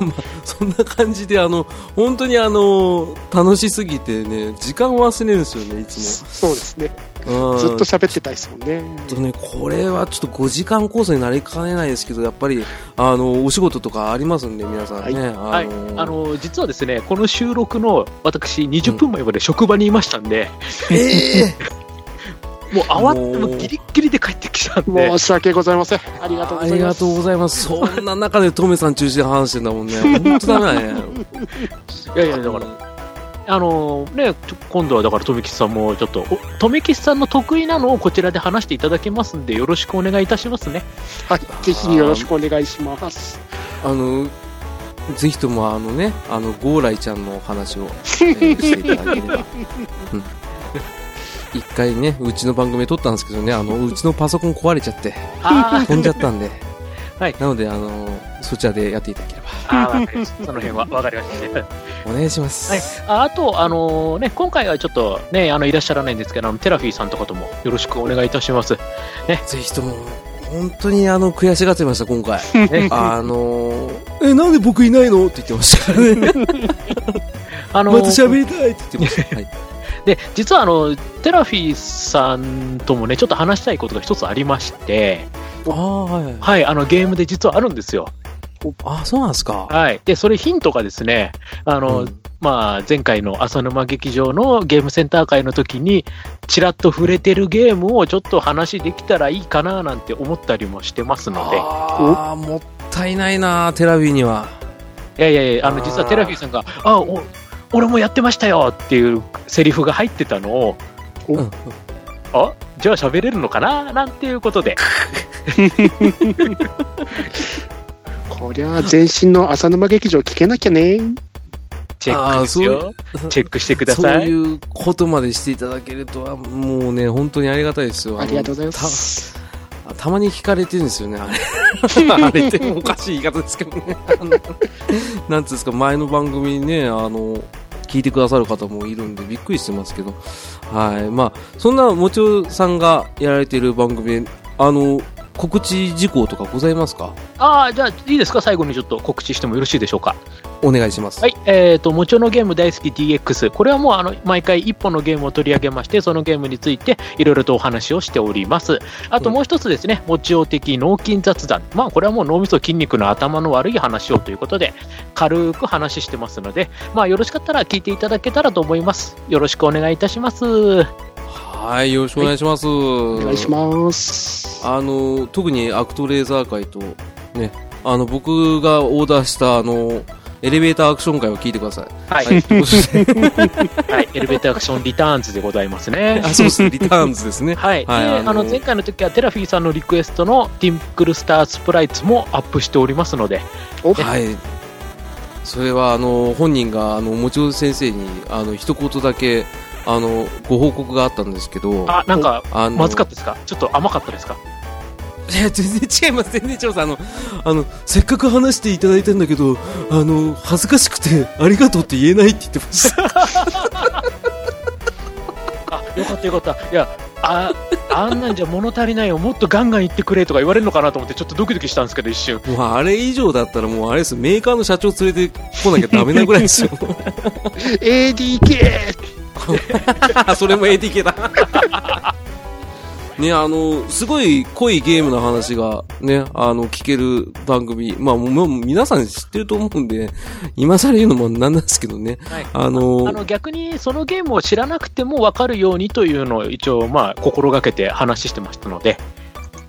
Speaker 1: まあ、そんな感じであの本当にあの楽しすぎてね時間忘れるんですよねいつ
Speaker 2: そうですね。
Speaker 1: もうん
Speaker 2: ずっと喋ってたいですもんね。
Speaker 1: ちょっとねこれはちょっと5時間コースになりかねないですけどやっぱりあのお仕事とかありますんで皆さんね、
Speaker 3: はい、あのー実はですね、この収録の私、20分前まで職場にいましたんで、
Speaker 1: ええ
Speaker 3: もう慌てて、もうギリッギリで帰ってきたんで
Speaker 2: 申、し訳ございません。ありがとうござい
Speaker 1: あり
Speaker 2: ま
Speaker 1: が
Speaker 2: す
Speaker 1: と。うございます。そんな中でトメさん中心で話してんだもんね。本当だね。
Speaker 3: いやいや、だから、あのーね、ちょ今度はだから、富吉さんもちょっと、お富吉さんの得意なのをこちらで話していただけますんで、よろしくお願いいたしますね。
Speaker 2: はい、ぜひよろしくお願いします。
Speaker 1: あの、ぜひともあのね、あの、ゴーライちゃんのお話を、えーしていただけれ
Speaker 3: [LAUGHS]
Speaker 1: ば。うん一回ね、うちの番組で撮ったんですけどね、あの、うちのパソコン壊れちゃって、
Speaker 3: あ
Speaker 1: 飛んじゃったんで。
Speaker 3: はい
Speaker 1: なので、あの、そちらでやっていただければ。
Speaker 3: ーあー、わかりましたその辺はわかりました、ね。
Speaker 1: お願いします。
Speaker 3: はい、ああと、あのーね、今回はちょっとね、あの、いらっしゃらないんですけど、あのテラフィーさんとかともよろしくお願いいたします。
Speaker 1: ぜひとも、本当にあの、悔しがってました、今
Speaker 3: [LAUGHS]
Speaker 1: 回。
Speaker 3: ね
Speaker 1: あのー、え、なんで僕いないのって言ってましたからね。
Speaker 3: [LAUGHS] あのー
Speaker 1: また喋りたいって言ってました。
Speaker 3: [LAUGHS]
Speaker 1: はい。
Speaker 3: で、実はあの、テラフィーさんともね、ちょっと話したいことが一つありまして、
Speaker 1: ああ、はいはい。
Speaker 3: はい、あの、ゲームで実はあるんですよ。
Speaker 1: あそうなんですか。
Speaker 3: はい。で、それヒントがですね、あの、
Speaker 1: うん
Speaker 3: まあ、前回の浅沼劇場のゲームセンター会の時に、ちらっと触れてるゲームをちょっと話できたらいいかななんて思ったりもしてますので、
Speaker 1: ああ、もったいないな、テラビーには。
Speaker 3: いやいやいや、あの、
Speaker 1: あー
Speaker 3: 実はテラフィーさんが、あ、お、俺もやってましたよっていうセリフが入ってたのを、
Speaker 2: [LAUGHS] お
Speaker 1: うん
Speaker 3: あ、じゃあ喋れるのかななんていうことで、
Speaker 2: こりゃ、全身の浅沼劇場聞けなきゃね。
Speaker 3: チェックですよ。 [LAUGHS] チェックしてくだ
Speaker 1: そう
Speaker 3: さい。
Speaker 1: いうことまでしていただけるとは、もうね、本当にありがたいですよ。
Speaker 2: ありがとうございま
Speaker 1: あの
Speaker 2: す。
Speaker 1: たたまに聞かれてるんですよ
Speaker 2: [LAUGHS]
Speaker 1: ね、あれ。あれってもおかしい言い方ですけどね。あのなんつうんですか、前の番組にね、あの、聞いてくださる方もいるんでびっくりしてますけど。はい。まあ、そんなもちおさんがやられている番組で、あの、告知事項とかございますか
Speaker 3: ああ、じゃあいいですか最後にちょっと告知してもよろしいでしょうか。
Speaker 1: お願いします。
Speaker 3: はい、えっ、と、もちろんのゲーム大好き DX。これはもう、あの、毎回一本のゲームを取り上げまして、そのゲームについて、いろいろとお話をしております。あともう一つですね、もちお的脳筋雑談。まあ、これはもう脳みそ筋肉の頭の悪い話をということで、軽く話してますので、まあ、よろしかったら聞いていただけたらと思います。よろしくお願いいたします。
Speaker 1: はい、よろしくお願いします。
Speaker 2: お
Speaker 1: お
Speaker 2: 願いします。
Speaker 1: あの、特にアクトレーザー界と、ね、あの、僕がオーダーした、あの、エレベーターアクション会を聞いてください。
Speaker 3: はい、
Speaker 1: はい、という
Speaker 3: [LAUGHS]
Speaker 1: ことで
Speaker 3: はい、エレベーターアクションリターンズでございますね。
Speaker 1: あ、そうですね、リターンズですね。
Speaker 3: はい、
Speaker 1: はい
Speaker 3: で
Speaker 1: あ
Speaker 3: あ
Speaker 1: の
Speaker 3: の前回の時はテラフィーさんのリクエストのティンクルスタースプライツもアップしておりますので、
Speaker 2: お
Speaker 1: はい。それは、あの、本人が、あの、もちろん先生に、あの、一言だけ、あの、ご報告があったんですけど、
Speaker 3: あ、なんか、
Speaker 1: あの
Speaker 3: まずかったですかちょっと甘かったですか
Speaker 1: いや、 [LAUGHS] 全然違います、全然違います。あの、あの、せっかく話していただいたんだけど、あの、恥ずかしくて、ありがとうって言えないって言ってました。
Speaker 3: あ、よかったよかった。いや、 [LAUGHS] あ、あんなんじゃ物足りないよ。もっとガンガン言ってくれとか言われるのかなと思って、ちょっとドキドキしたんですけど、一瞬。
Speaker 1: もうあれ以上だったら、もうあれです、メーカーの社長連れて来なきゃダメなぐらい
Speaker 3: [LAUGHS]
Speaker 1: ですよ。
Speaker 2: ADK!
Speaker 1: それも ATK だ。ね、あの、すごい濃いゲームの話がね、あの、聞ける番組、まあ、もうもう皆さん知ってると思うんで、今更言うのもなんなんですけどね、
Speaker 3: はい
Speaker 1: あ
Speaker 3: あ
Speaker 1: の、
Speaker 3: の逆にそのゲームを知らなくても分かるようにというのを一応まあ心がけて話してましたので、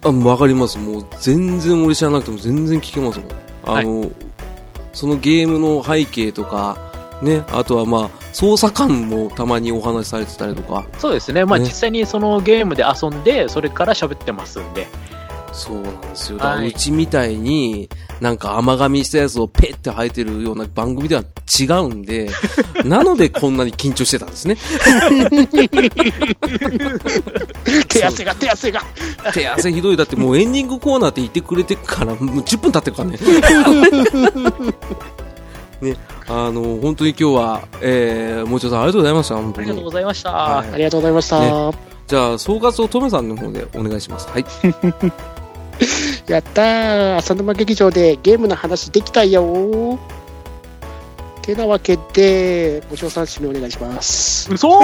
Speaker 1: あわかります。もう全然俺知らなくても全然聞けますもん。あの、そのゲームの背景とか、ね、あとはまあ、操作感もたまにお話しされてたりとか、
Speaker 3: そうですね、まあ、
Speaker 1: ね
Speaker 3: 実際にそのゲームで遊んで、それから喋ってますんで、
Speaker 1: そうなんですよ。だから
Speaker 3: はいう
Speaker 1: ちみたいに、なんか甘噛みしたやつをペッて生えてるような番組では違うん
Speaker 3: [LAUGHS]
Speaker 1: で、なのでこんなに緊張してたんですね。
Speaker 2: 手汗が手汗が
Speaker 1: 手汗ひどい。だってもうエンディングコーナーって言ってくれてから、もう10分経ってるからね。
Speaker 3: [LAUGHS]
Speaker 1: ね、あの、本当に今日は、えー、もうちょっとありがとうございました。本
Speaker 3: あ
Speaker 1: 当
Speaker 3: りがとう
Speaker 1: に
Speaker 3: ご。ざいました。
Speaker 1: はい
Speaker 2: ありがとうございました。
Speaker 1: ねじゃあ、総括をトメさんの方でお願いします。
Speaker 3: [LAUGHS]
Speaker 1: はい。
Speaker 2: やったー浅沼劇場でゲームの話できたよーてなわけで、ご賞賛締めお願いします。
Speaker 3: 嘘ー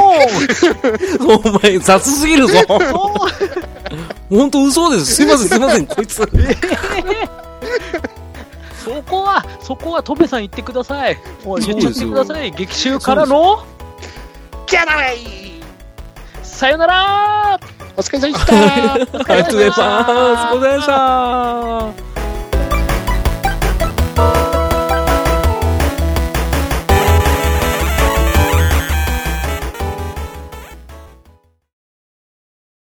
Speaker 1: お前、雑すぎるぞ。
Speaker 3: 嘘ー
Speaker 1: [LAUGHS] 本当嘘です。すいません、すいません、こいつ。
Speaker 3: そこは、そこはトペさん言ってください。もう言っちゃってくだ
Speaker 1: そう
Speaker 3: さい。劇中からの、
Speaker 2: じゃない
Speaker 3: さよなら
Speaker 2: お疲れ様でした
Speaker 1: ありがとうございます。お疲れ様でした。